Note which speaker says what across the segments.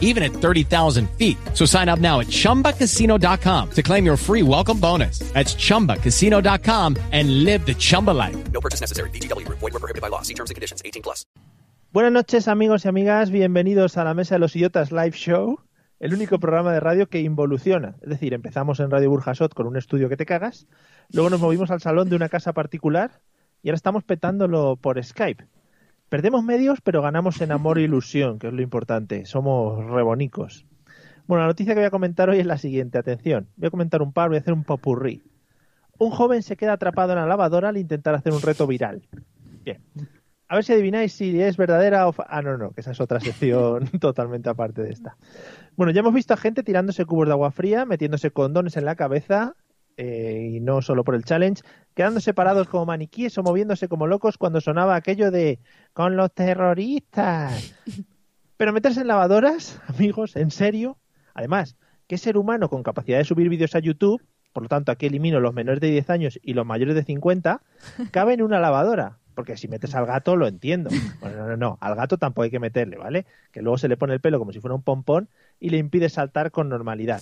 Speaker 1: even at 30,000 feet. So sign up now at chumbacasino.com to claim your free welcome bonus. That's chumbacasino.com and live the Chumba life.
Speaker 2: No purchase necessary. BGW. Void were prohibited by law. See terms and conditions. 18 plus.
Speaker 3: Buenas noches amigos y amigas, bienvenidos a la Mesa de los Idiotas Live Show, el único programa de radio que involuciona. Es decir, empezamos en Radio Burjasot con un estudio que te cagas, luego nos movimos al salón de una casa particular y ahora estamos petándolo por Skype. Perdemos medios, pero ganamos en amor e ilusión, que es lo importante. Somos rebonicos. Bueno, la noticia que voy a comentar hoy es la siguiente, atención. Voy a comentar un par, voy a hacer un popurrí. Un joven se queda atrapado en la lavadora al intentar hacer un reto viral. Bien. A ver si adivináis si es verdadera o... fa- Ah, no, no, que esa es otra sección totalmente aparte de esta. Bueno, ya hemos visto a gente tirándose cubos de agua fría, metiéndose condones en la cabeza, eh, y no solo por el challenge, quedándose parados como maniquíes o moviéndose como locos cuando sonaba aquello de con los terroristas. Pero meterse en lavadoras, amigos, en serio. Además, ¿qué ser humano con capacidad de subir vídeos a YouTube, por lo tanto aquí elimino los menores de 10 años y los mayores de 50, cabe en una lavadora? Porque si metes al gato lo entiendo. Bueno, no, no, no, al gato tampoco hay que meterle, ¿vale? Que luego se le pone el pelo como si fuera un pompón y le impide saltar con normalidad.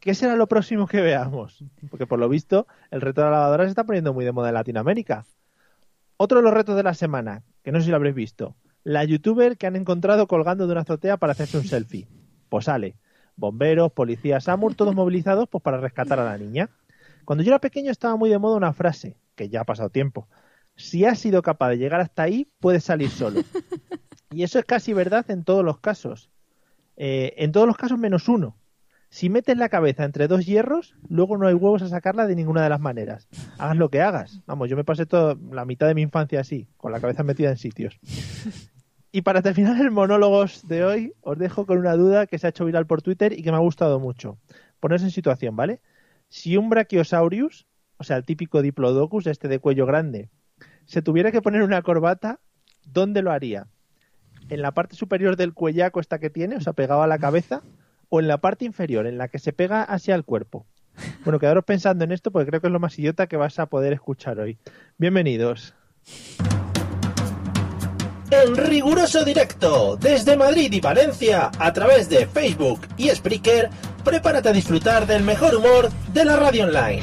Speaker 3: ¿Qué será lo próximo que veamos? Porque por lo visto el reto de la lavadora se está poniendo muy de moda en Latinoamérica. Otro de los retos de la semana, que no sé si lo habréis visto, la youtuber que han encontrado colgando de una azotea para hacerse un selfie. Pues sale, bomberos, policías, Samur, todos movilizados pues para rescatar a la niña. Cuando yo era pequeño estaba muy de moda una frase, que ya ha pasado tiempo. Si has sido capaz de llegar hasta ahí, puedes salir solo. Y eso es casi verdad en todos los casos. Eh, en todos los casos menos uno. Si metes la cabeza entre dos hierros, luego no hay huevos a sacarla de ninguna de las maneras. Hagas lo que hagas. Vamos, yo me pasé toda la mitad de mi infancia así, con la cabeza metida en sitios. Y para terminar el monólogos de hoy, os dejo con una duda que se ha hecho viral por Twitter y que me ha gustado mucho. Ponerse en situación, ¿vale? Si un brachiosaurus, o sea, el típico diplodocus, este de cuello grande, se tuviera que poner una corbata, ¿dónde lo haría? en la parte superior del cuellaco esta que tiene, o sea, pegado a la cabeza, o en la parte inferior, en la que se pega hacia el cuerpo. Bueno, quedaros pensando en esto porque creo que es lo más idiota que vas a poder escuchar hoy. Bienvenidos.
Speaker 4: En riguroso directo, desde Madrid y Valencia, a través de Facebook y Spreaker, prepárate a disfrutar del mejor humor de la radio online.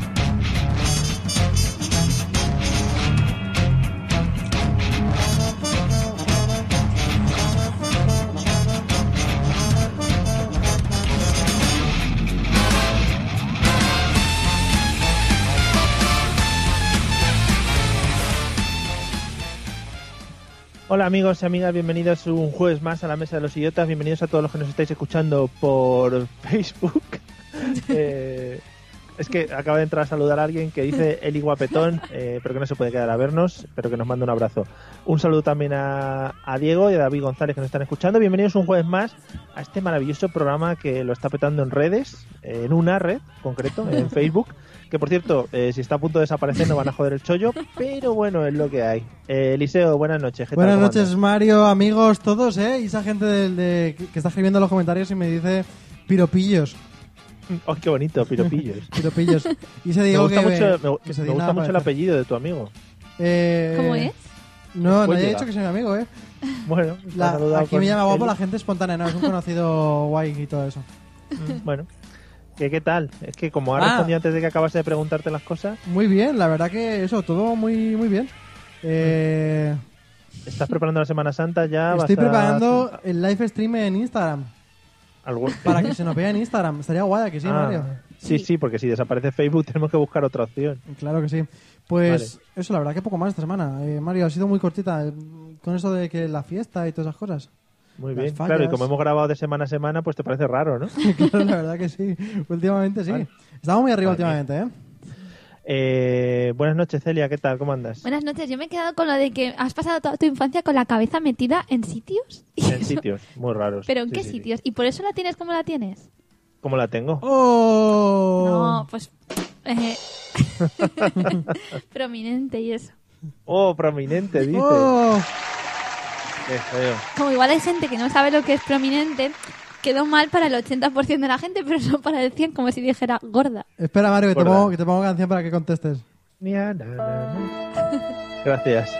Speaker 3: Hola amigos y amigas, bienvenidos un jueves más a la Mesa de los Idiotas, bienvenidos a todos los que nos estáis escuchando por Facebook. Eh, es que acaba de entrar a saludar a alguien que dice Eli Guapetón, eh, pero que no se puede quedar a vernos, pero que nos manda un abrazo. Un saludo también a, a Diego y a David González que nos están escuchando. Bienvenidos un jueves más a este maravilloso programa que lo está petando en redes, eh, en una red concreto, en Facebook. Que por cierto, eh, si está a punto de desaparecer no van a joder el chollo, pero bueno, es lo que hay. Eh, Eliseo, buenas noches. ¿qué tal,
Speaker 5: Buenas
Speaker 3: cómo
Speaker 5: noches,
Speaker 3: andas?
Speaker 5: Mario, amigos, todos, ¿eh? Y esa gente del- de- que está escribiendo en los comentarios y me dice piropillos,
Speaker 3: Oh, qué bonito, piropillos.
Speaker 5: piropillos. Y se
Speaker 3: Me
Speaker 5: digo
Speaker 3: gusta
Speaker 5: que,
Speaker 3: mucho, me-
Speaker 5: que se
Speaker 3: me
Speaker 5: diga
Speaker 3: gusta
Speaker 5: nada
Speaker 3: mucho el
Speaker 5: para
Speaker 3: apellido de tu amigo.
Speaker 5: hacer. Eh,
Speaker 6: ¿Cómo es?
Speaker 5: No, no
Speaker 3: Después
Speaker 5: he
Speaker 3: llega.
Speaker 5: dicho que soy mi amigo, ¿eh?
Speaker 3: Bueno,
Speaker 5: La-
Speaker 3: ha saludado
Speaker 5: aquí
Speaker 3: con
Speaker 5: me llama guapo
Speaker 3: Eli.
Speaker 5: la gente espontánea, no, es un conocido guay y todo eso.
Speaker 6: Mm.
Speaker 3: Bueno, ¿qué, qué tal? Es que como has
Speaker 5: Ah.
Speaker 3: respondido antes de que acabase de preguntarte las cosas,
Speaker 5: Muy bien, la verdad que eso, todo muy, muy bien. Eh,
Speaker 3: estás preparando la Semana Santa ya.
Speaker 5: estoy
Speaker 3: vas a-
Speaker 5: preparando el live stream en Instagram,
Speaker 3: algo-
Speaker 5: para que se nos vea en Instagram. Estaría guay, ¿a que sí,
Speaker 3: Ah,
Speaker 5: Mario?
Speaker 3: Sí, sí, porque si desaparece Facebook tenemos que buscar otra opción.
Speaker 5: Claro que sí. Pues eso, la verdad que poco más esta semana. Eh, Mario, ha sido muy cortita eh, con eso de que la fiesta y todas esas cosas.
Speaker 3: Muy
Speaker 5: Las
Speaker 3: bien,
Speaker 5: fallas.
Speaker 3: claro, y como hemos grabado de semana a semana, pues te parece raro, ¿no?
Speaker 5: claro, la verdad que sí. Últimamente sí.
Speaker 3: Vale.
Speaker 5: Estamos muy arriba
Speaker 3: Madre mía.
Speaker 5: últimamente, ¿eh?
Speaker 3: Eh, buenas noches, Celia, ¿qué tal? ¿Cómo andas?
Speaker 6: Buenas noches, yo me he quedado con lo de que has pasado toda tu infancia con la cabeza metida en sitios. Y
Speaker 3: En
Speaker 6: eso-
Speaker 3: sitios muy raros.
Speaker 6: ¿Pero en
Speaker 3: Sí,
Speaker 6: qué
Speaker 3: sí, sí.
Speaker 6: sitios? ¿Y por eso la tienes como la tienes?
Speaker 3: ¿Cómo la tengo?
Speaker 5: ¡Oh!
Speaker 6: No, pues... eh, Prominente y eso.
Speaker 3: Oh, prominente, dice.
Speaker 5: ¡Oh!
Speaker 3: Qué feo.
Speaker 6: Como igual hay gente que no sabe lo que es prominente, quedó mal para el 80% de la gente, pero no para el 100%, como si dijera gorda.
Speaker 5: Espera, Mario, que te,
Speaker 3: Gorda.
Speaker 5: pongo, que te pongo canción para que contestes.
Speaker 3: Nia, na, na, na. Gracias.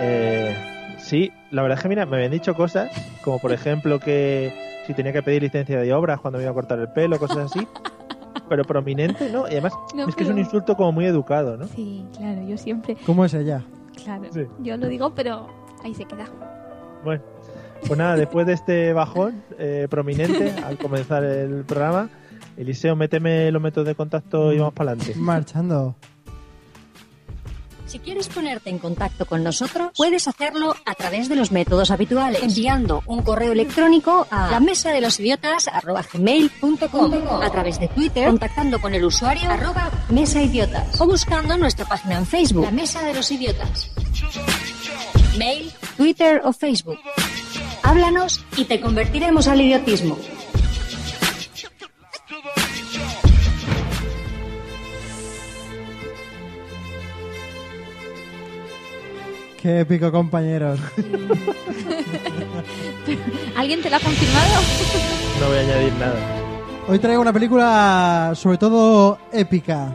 Speaker 3: Eh, sí, la verdad es que mira, me habían dicho cosas, como por ejemplo que si tenía que pedir licencia de obras cuando me iba a cortar el pelo, cosas así. Pero prominente, ¿no? Y además
Speaker 6: No
Speaker 3: es que es un
Speaker 6: creo.
Speaker 3: insulto como muy educado, ¿no?
Speaker 6: Sí, claro, yo siempre...
Speaker 5: ¿Cómo es ella?
Speaker 6: Claro,
Speaker 3: Sí.
Speaker 6: yo lo digo, pero ahí se queda.
Speaker 3: Bueno, pues nada, después de este bajón eh, prominente al comenzar el programa, Eliseo, méteme los métodos de contacto y vamos para adelante.
Speaker 5: Marchando.
Speaker 7: Si quieres ponerte en contacto con nosotros, puedes hacerlo a través de los métodos habituales, enviando un correo electrónico a la mesa de los idiotas a través de Twitter, contactando con el usuario arroba mesa idiotas o buscando nuestra página en Facebook, la mesa de los idiotas. Mail, Twitter o Facebook. Háblanos y te convertiremos al idiotismo.
Speaker 5: Qué épico, compañeros.
Speaker 6: ¿Alguien te lo ha confirmado?
Speaker 3: No voy a añadir nada.
Speaker 5: Hoy traigo una película, sobre todo épica.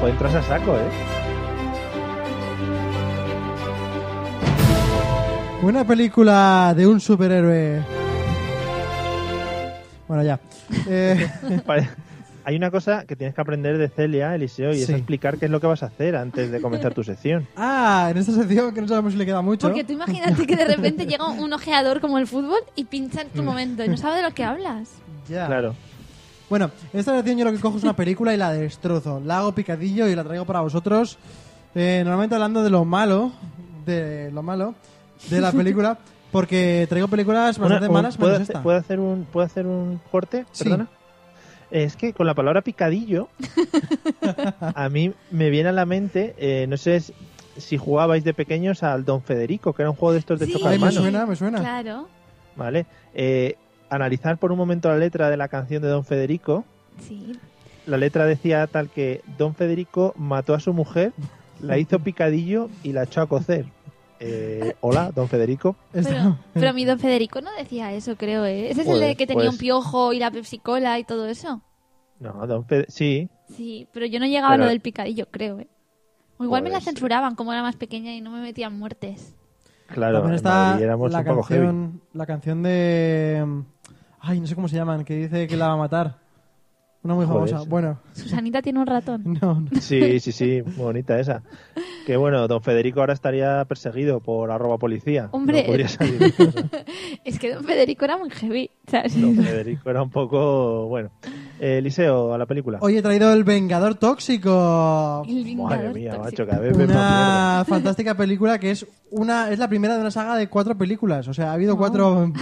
Speaker 3: Joder, entras a saco, ¿eh?
Speaker 5: Una película de un superhéroe. Bueno, ya. Eh,
Speaker 3: Pare- Hay una cosa que tienes que aprender de Celia, Eliseo, y es
Speaker 5: Sí.
Speaker 3: explicar qué es lo que vas a hacer antes de comenzar tu sección.
Speaker 5: ah, en esta sección que no sabemos si le queda mucho.
Speaker 6: Porque tú imagínate que de repente llega un ojeador como el fútbol y pincha en
Speaker 5: Mm.
Speaker 6: tu momento y no sabe de lo que hablas.
Speaker 5: Ya.
Speaker 3: Claro.
Speaker 5: Bueno, en esta sección yo lo que cojo es una película y la destrozo. La hago picadillo y la traigo para vosotros. Eh, normalmente hablando de lo malo, de lo malo, de la película, porque traigo películas
Speaker 3: Una-
Speaker 5: bastante
Speaker 3: un-
Speaker 5: malas,
Speaker 3: ¿puedo,
Speaker 5: menos
Speaker 3: hacer,
Speaker 5: esta.
Speaker 3: puedo hacer un, ¿Puedo hacer un corte?
Speaker 5: Sí.
Speaker 3: Perdona. Es que con la palabra picadillo, a mí me viene a la mente, eh, no sé si- si jugabais de pequeños al Don Federico, que era un juego de estos de
Speaker 6: Sí.
Speaker 3: tocar
Speaker 5: Ay, me
Speaker 3: manos,
Speaker 5: suena, me suena.
Speaker 6: Claro,
Speaker 3: ¿vale? Eh, analizar por un momento la letra de la canción de Don Federico,
Speaker 6: sí.
Speaker 3: la letra decía tal que Don Federico mató a su mujer, la hizo picadillo y la echó a cocer. Eh, hola, Don Federico.
Speaker 5: Esta-
Speaker 6: Pero, pero mi don Federico no decía eso, creo, ¿eh? Ese es el
Speaker 3: Joder,
Speaker 6: de que tenía
Speaker 3: pues.
Speaker 6: un piojo y la Pepsi Cola y todo eso.
Speaker 3: No, Don Federico. Sí,
Speaker 6: Sí, pero yo no llegaba
Speaker 3: Pero-
Speaker 6: a lo del picadillo, creo, ¿eh? O igual me la
Speaker 3: Joder, sí.
Speaker 6: censuraban como era más pequeña y no me metían muertes.
Speaker 3: claro.
Speaker 5: También
Speaker 3: en
Speaker 5: está
Speaker 3: Madrid éramos
Speaker 5: la
Speaker 3: un poco heavy.
Speaker 5: canción, la canción de... Ay, no sé cómo se llaman, que dice que la va a matar. Una muy
Speaker 3: Joder,
Speaker 5: famosa.
Speaker 3: sí.
Speaker 5: Bueno,
Speaker 6: Susanita tiene un ratón.
Speaker 5: no, no.
Speaker 3: Sí, sí, sí, muy bonita esa. Que bueno, Don Federico ahora estaría perseguido por arroba policía. No
Speaker 6: Hombre.
Speaker 3: podría salir. O sea,
Speaker 6: Es que don Federico era muy heavy. ¿sabes?
Speaker 3: Don Federico era un poco. Bueno. Eh, Eliseo, a la película.
Speaker 5: Hoy he traído El Vengador Tóxico.
Speaker 6: El Vengador
Speaker 3: Madre mía,
Speaker 6: Tóxico.
Speaker 3: macho, cada vez ves más
Speaker 5: una fantástica película que es una es la primera de una saga de cuatro películas o sea ha habido cuatro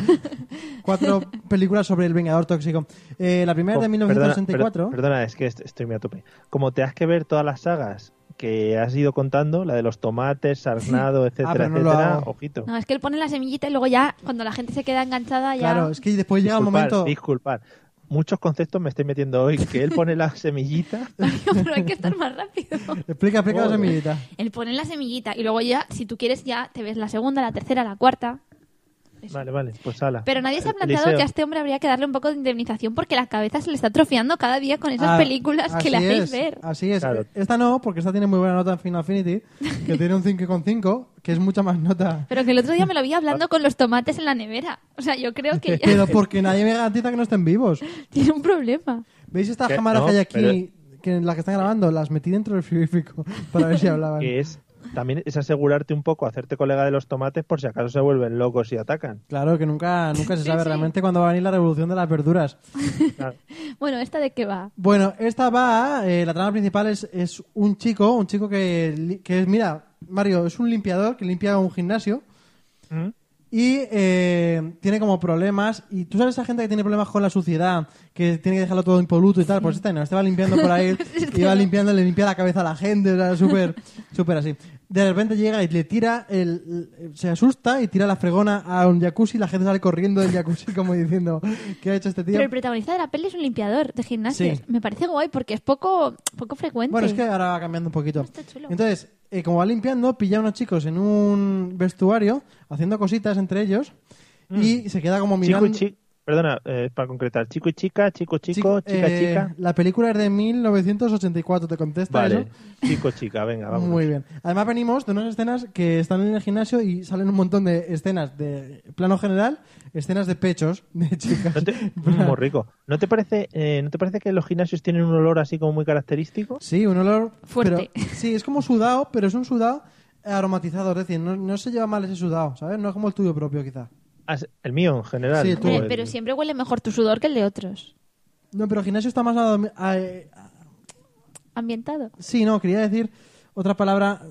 Speaker 5: cuatro películas sobre el Vengador Tóxico Eh, la primera
Speaker 3: mierda.
Speaker 5: es
Speaker 3: Oh,
Speaker 5: de
Speaker 3: Perdona,
Speaker 5: 1984
Speaker 3: per- Perdona, es que est- estoy muy a tope. Como te has que ver todas las sagas que has ido contando, la de los tomates, sarnado, etcétera,
Speaker 5: Ah, pero no lo
Speaker 3: etcétera,
Speaker 5: hago.
Speaker 3: ojito.
Speaker 6: No, es que él pone la semillita y luego ya, cuando la gente se queda enganchada, ya...
Speaker 5: claro es que después llega un
Speaker 3: disculpar,
Speaker 5: momento
Speaker 3: disculpar. Muchos conceptos me estoy metiendo hoy. Que él pone la semillita.
Speaker 6: Pero hay que estar más rápido.
Speaker 5: explica explica la
Speaker 3: Joder.
Speaker 5: semillita
Speaker 6: Él pone la semillita y luego ya, si tú quieres, ya te ves la segunda, la tercera, la cuarta. Eso.
Speaker 3: Vale, vale, pues ala.
Speaker 6: Pero nadie se ha planteado
Speaker 3: Eliseo,
Speaker 6: que a este hombre habría que darle un poco de indemnización porque la cabeza se le está atrofiando cada día con esas
Speaker 5: Ah,
Speaker 6: películas que le
Speaker 5: así
Speaker 6: hacéis
Speaker 5: es,
Speaker 6: ver.
Speaker 5: Así es.
Speaker 3: Claro.
Speaker 5: Esta no, porque esta tiene muy buena nota en Final Affinity, que tiene un 5,5, que es mucha más nota.
Speaker 6: Pero que el otro día me lo vi hablando con los tomates en la nevera. O sea, yo creo que ya
Speaker 5: Pero porque nadie me garantiza que no estén vivos.
Speaker 6: tiene un problema.
Speaker 5: ¿Veis estas
Speaker 3: ¿Qué?
Speaker 5: cámaras
Speaker 3: No,
Speaker 5: que hay aquí,
Speaker 3: pero-
Speaker 5: que en las que están grabando? Las metí dentro del frigorífico para ver si hablaban.
Speaker 3: Que es, también es asegurarte un poco, hacerte colega de los tomates por si acaso se vuelven locos y atacan.
Speaker 5: Claro, que nunca, nunca se sabe realmente cuándo va a venir la revolución de las verduras.
Speaker 6: Bueno, ¿esta de qué va?
Speaker 5: Bueno, esta va, eh, la trama principal es, es un chico, un chico que, li- que es, mira, Mario, es un limpiador que limpia un gimnasio
Speaker 3: ¿Mm?
Speaker 5: Y eh, tiene como problemas. Y tú sabes esa gente que tiene problemas con la suciedad, que tiene que dejarlo todo impoluto y tal. Pues este no, este va limpiando por ahí, y va limpiando, le limpia la cabeza a la gente, o sea, súper súper así. De repente llega y le tira, el, se asusta y tira la fregona a un jacuzzi y la gente sale corriendo del jacuzzi como diciendo, ¿qué ha hecho este tío?
Speaker 6: Pero el protagonista de la peli es un limpiador de gimnasio.
Speaker 5: Sí.
Speaker 6: Me parece guay porque es poco, poco frecuente.
Speaker 5: Bueno, es que ahora va cambiando un poquito.
Speaker 6: Está chulo.
Speaker 5: Entonces, eh, como va limpiando, pilla a unos chicos en un vestuario haciendo cositas entre ellos
Speaker 6: Mm.
Speaker 5: y se queda como
Speaker 3: Chico
Speaker 5: mirando.
Speaker 3: y chica. Perdona, eh, para concretar. Chico y chica, chico, chico,
Speaker 5: Chic-
Speaker 3: chica,
Speaker 5: eh,
Speaker 3: chica.
Speaker 5: La película es de 1984, ¿te contesta
Speaker 3: Vale.
Speaker 5: eso?
Speaker 3: Chico, chica, venga, vamos.
Speaker 5: Muy bien. Además venimos de unas escenas que están en el gimnasio y salen un montón de escenas de plano general, escenas de pechos de chicas.
Speaker 3: ¿No te- Mm, Muy rico. ¿No te parece, eh, ¿no te parece que los gimnasios tienen un olor así como muy característico?
Speaker 5: Sí, un olor
Speaker 6: Fuerte.
Speaker 5: pero- sí, es como sudado, pero es un sudado aromatizado, es decir, no, no se lleva mal ese sudado, ¿sabes? No es como el tuyo propio, quizá.
Speaker 3: Ah, El mío en general.
Speaker 5: Sí,
Speaker 3: o
Speaker 5: tú.
Speaker 6: Hombre,
Speaker 3: el-
Speaker 6: pero siempre huele mejor tu sudor que el de otros.
Speaker 5: No, pero gimnasio está más... adom- a- eh, a-
Speaker 6: Ambientado.
Speaker 5: sí, no, quería decir otra palabra...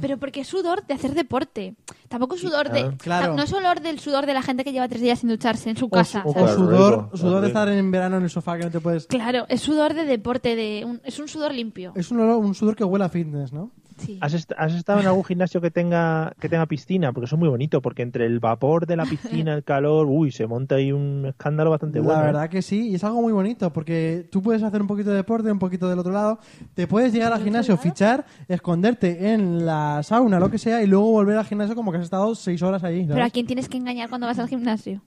Speaker 6: Pero porque es sudor de hacer deporte. Tampoco es sudor de.
Speaker 5: claro.
Speaker 6: No es olor del sudor de la gente que lleva tres días sin ducharse en su
Speaker 5: O,
Speaker 6: casa.
Speaker 5: su- o
Speaker 6: ¿sabes?
Speaker 3: Claro,
Speaker 5: sudor,
Speaker 3: rico,
Speaker 5: sudor de
Speaker 3: rico.
Speaker 5: estar en verano en el sofá que no te puedes...
Speaker 6: Claro, es sudor de deporte. de un- Es un sudor limpio.
Speaker 5: Es un, olor- un sudor que huele a fitness, ¿no?
Speaker 6: Sí.
Speaker 3: ¿Has, est- has estado en algún gimnasio que tenga que tenga piscina? Porque eso es muy bonito, porque entre el vapor de la piscina, el calor, uy, se monta ahí un escándalo bastante bueno.
Speaker 5: La
Speaker 3: ¿eh?
Speaker 5: verdad que sí, y es algo muy bonito, porque tú puedes hacer un poquito de deporte, un poquito del otro lado, te puedes llegar al gimnasio, fichar, esconderte en la sauna, lo que sea, y luego volver al gimnasio como que has estado seis horas ahí. ¿sabes?
Speaker 6: Pero a quién tienes que engañar cuando vas al gimnasio.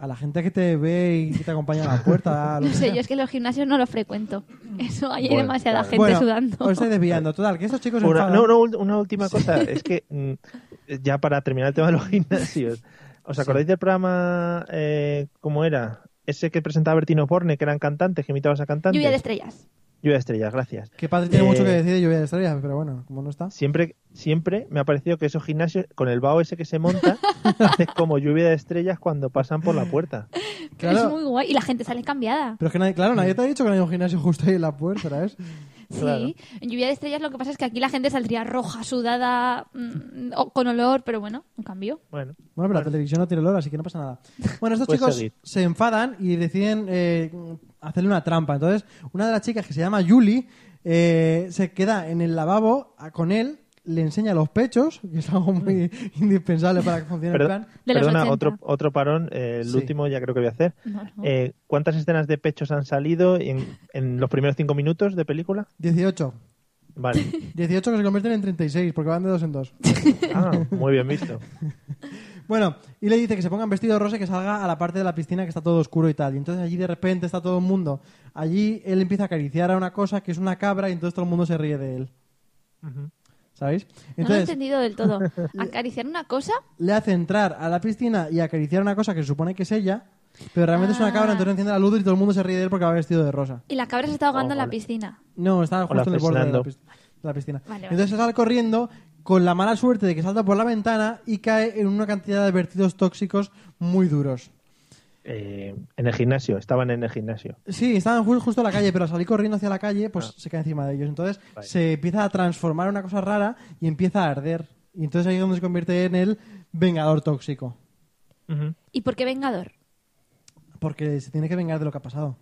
Speaker 5: A la gente que te ve y que te acompaña a la puerta. a lo
Speaker 6: No
Speaker 5: que
Speaker 6: sé,
Speaker 5: sea.
Speaker 6: yo es que los gimnasios no los frecuento. Eso, hay
Speaker 3: Bueno,
Speaker 6: demasiada
Speaker 3: claro.
Speaker 6: gente
Speaker 5: Bueno, Os
Speaker 6: sudando.
Speaker 5: estoy desviando. Total, que estos chicos se
Speaker 3: Una,
Speaker 5: enfadan.
Speaker 3: no, no, ul- una última cosa. Es que, mm, ya para terminar el tema de los gimnasios, ¿os acordáis del programa, eh, cómo era? Ese que presentaba Bertino Borne, que eran cantantes, que imitabas a cantantes.
Speaker 6: Lluvia de estrellas.
Speaker 3: Lluvia de estrellas, gracias.
Speaker 5: Que padre tiene
Speaker 3: Eh,
Speaker 5: mucho que decir de lluvia de estrellas, pero bueno, como no está.
Speaker 3: Siempre, siempre me ha parecido que esos gimnasios, con el vaho ese que se monta, haces como lluvia de estrellas cuando pasan por la puerta.
Speaker 5: Claro.
Speaker 6: Es muy guay. Y la gente sale cambiada.
Speaker 5: Pero es que nadie, claro, nadie te ha dicho que no hay un gimnasio justo ahí en la puerta, ¿sabes?
Speaker 6: Sí.
Speaker 3: Claro.
Speaker 6: En lluvia de estrellas lo que pasa es que aquí la gente saldría roja, sudada, mm, o con olor, pero bueno, un cambio.
Speaker 3: Bueno,
Speaker 5: Bueno, pero la televisión no tiene olor, así que no pasa nada. Bueno, estos
Speaker 3: Puedes
Speaker 5: chicos
Speaker 3: seguir.
Speaker 5: se enfadan y deciden eh, hacerle una trampa. Entonces, una de las chicas que se llama Julie eh, se queda en el lavabo a- con él, le enseña los pechos, que es algo muy indispensable para que funcione
Speaker 3: Perdo-
Speaker 5: el plan.
Speaker 6: De los
Speaker 3: perdona,
Speaker 6: 80.
Speaker 3: otro, otro parón, eh, el
Speaker 5: Sí.
Speaker 3: último ya creo que voy a hacer.
Speaker 6: No, no.
Speaker 3: Eh, ¿Cuántas escenas de pechos han salido en, en los primeros cinco minutos de película?
Speaker 5: 18.
Speaker 3: Vale.
Speaker 5: 18 que se convierten en 36, porque van de dos en dos.
Speaker 3: Ah, muy bien visto.
Speaker 5: Bueno, y le dice que se pongan vestido rosa y que salga a la parte de la piscina que está todo oscuro y tal. Y entonces allí de repente está todo el mundo. Allí él empieza a acariciar a una cosa que es una cabra y entonces todo el mundo se ríe de él. ¿Sabéis?
Speaker 6: no lo he
Speaker 5: Entonces
Speaker 6: entendido del todo. Acariciar una cosa,
Speaker 5: le hace entrar a la piscina y acariciar una cosa que se supone que es ella, pero realmente es una
Speaker 6: Ah.
Speaker 5: cabra, entonces enciende la luz y todo el mundo se ríe de él porque va vestido de rosa.
Speaker 6: y la cabra se está ahogando
Speaker 3: Oh,
Speaker 6: en la
Speaker 3: vale.
Speaker 6: piscina.
Speaker 5: No, estaba
Speaker 3: Hola,
Speaker 5: justo en el borde de la,
Speaker 3: Fernando.
Speaker 5: pis- de la piscina.
Speaker 6: Vale, vale.
Speaker 5: Entonces se sale corriendo con la mala suerte de que salta por la ventana y cae en una cantidad de vertidos tóxicos muy duros.
Speaker 3: Eh, en el gimnasio, estaban en el gimnasio.
Speaker 5: Sí, estaban ju- justo en la calle, pero al salir corriendo hacia la calle, pues se cae encima de ellos. Entonces se empieza a transformar en una cosa rara y empieza a arder. Y entonces ahí es donde se convierte en el vengador tóxico.
Speaker 6: ¿Y por qué vengador?
Speaker 5: Porque se tiene que vengar de lo que ha pasado.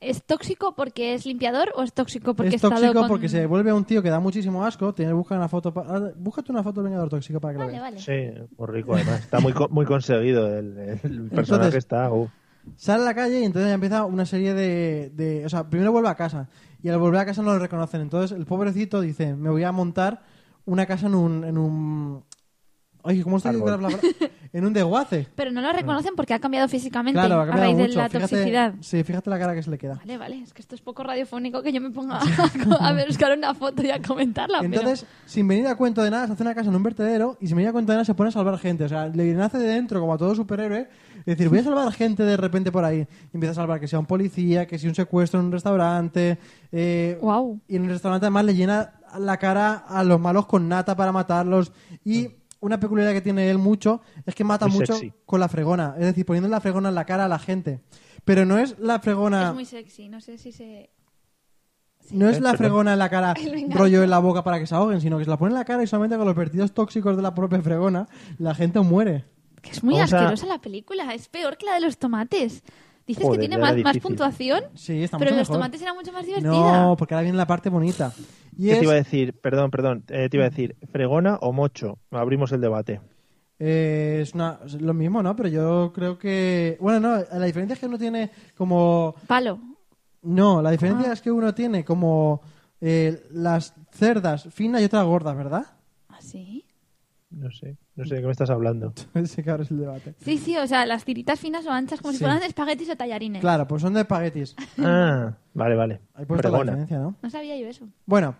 Speaker 6: ¿Es tóxico porque es limpiador o es tóxico porque
Speaker 5: es
Speaker 6: ha estado
Speaker 5: tóxico
Speaker 6: con-
Speaker 5: porque se vuelve un tío que da muchísimo asco. Tiene, busca una foto pa- ah, búscate una foto del vengador tóxico para que lo
Speaker 6: Vale,
Speaker 5: veas.
Speaker 6: vale.
Speaker 3: Sí, muy rico además. Está muy, co- muy conseguido el, el personaje
Speaker 5: Entonces-
Speaker 3: está. uh.
Speaker 5: Sale a la calle y entonces ya empieza una serie de, de- O sea, primero vuelve a casa. Y al volver a casa no lo reconocen. Entonces el pobrecito dice: Me voy a montar una casa en un. En un... Oye, ¿cómo estoy
Speaker 3: Árbol.
Speaker 5: con la palabra? En un desguace.
Speaker 6: Pero no lo reconocen porque ha cambiado físicamente
Speaker 5: Claro, ha
Speaker 6: a
Speaker 5: cambiado
Speaker 6: raíz de
Speaker 5: mucho.
Speaker 6: la
Speaker 5: Fíjate-
Speaker 6: toxicidad.
Speaker 5: Sí, fíjate la cara que se le queda.
Speaker 6: Vale, vale, es que esto es poco radiofónico que yo me ponga a, ver, buscar una foto y a comentarla. pero-
Speaker 5: Entonces, sin venir a cuento de nada, se hace una casa en un vertedero y sin venir a cuento de nada se pone a salvar gente. O sea, le nace de dentro, como a todo superhéroe, decir, voy a salvar gente de repente por ahí. Y empieza a salvar que sea un policía, que sea un secuestro en un restaurante. Eh,
Speaker 6: Guau.
Speaker 5: Y en el restaurante además le llena la cara a los malos con nata para matarlos. Y una peculiaridad que tiene él mucho es que mata
Speaker 3: Mm. Muy
Speaker 5: mucho
Speaker 3: sexy.
Speaker 5: con la fregona. Es decir, poniendo la fregona en la cara a la gente. Pero no es la fregona...
Speaker 6: Es muy sexy, no sé si se...
Speaker 5: No es
Speaker 3: Eh,
Speaker 5: la
Speaker 3: perdón.
Speaker 5: fregona en la cara,
Speaker 6: El vengador.
Speaker 5: rollo en la boca para que se ahoguen, sino que se la pone en la cara y solamente con los vertidos tóxicos de la propia fregona la gente muere.
Speaker 6: Que es muy
Speaker 3: Vamos a-
Speaker 6: asquerosa la película. Es peor que la de los tomates. Dices
Speaker 3: Joder,
Speaker 6: que tiene
Speaker 3: era
Speaker 6: más, más
Speaker 3: difícil.
Speaker 6: puntuación,
Speaker 5: Sí, está
Speaker 6: pero
Speaker 5: mucho
Speaker 6: los
Speaker 5: mejor.
Speaker 6: tomates era mucho más divertida.
Speaker 5: No, porque ahora viene la parte bonita. Y
Speaker 3: ¿Qué
Speaker 5: es, Mm.
Speaker 3: te iba a decir? Perdón, perdón. eh, te iba a decir, ¿fregona o mocho? Abrimos el debate.
Speaker 5: eh, es una- es lo mismo, ¿no? Pero yo creo que... Bueno, no, la diferencia es que uno tiene como...
Speaker 6: Palo.
Speaker 5: No, la
Speaker 6: Ah.
Speaker 5: diferencia es que uno tiene como eh, las cerdas finas y otras gordas, ¿verdad?
Speaker 6: ¿Ah, ¿Así?
Speaker 3: No sé, no sé de qué me estás hablando.
Speaker 5: Ese que ahora es el debate.
Speaker 6: Sí, sí, o sea, las tiritas finas o anchas como
Speaker 5: Sí.
Speaker 6: si fueran espaguetis o tallarines.
Speaker 5: Claro, pues son de espaguetis.
Speaker 3: Ah, vale, vale.
Speaker 5: Ahí puesto la
Speaker 3: Fregona.
Speaker 5: diferencia, ¿no?
Speaker 6: No sabía yo eso.
Speaker 5: Bueno,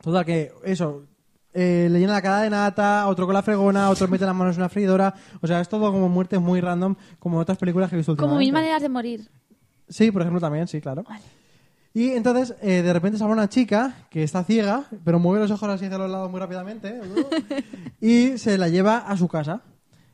Speaker 5: total que eso. Eh, le llena la cara de nata, otro con la fregona, otro mete las manos en una freidora. O sea, es todo como muertes muy random, como otras películas que he visto
Speaker 6: Como mil
Speaker 5: últimamente.
Speaker 6: maneras de morir.
Speaker 5: Sí, por ejemplo, también, sí, claro. Y entonces, eh, de repente sale una chica que está ciega, pero mueve los ojos así hacia los lados muy rápidamente. ¿eh? y se la lleva a su casa.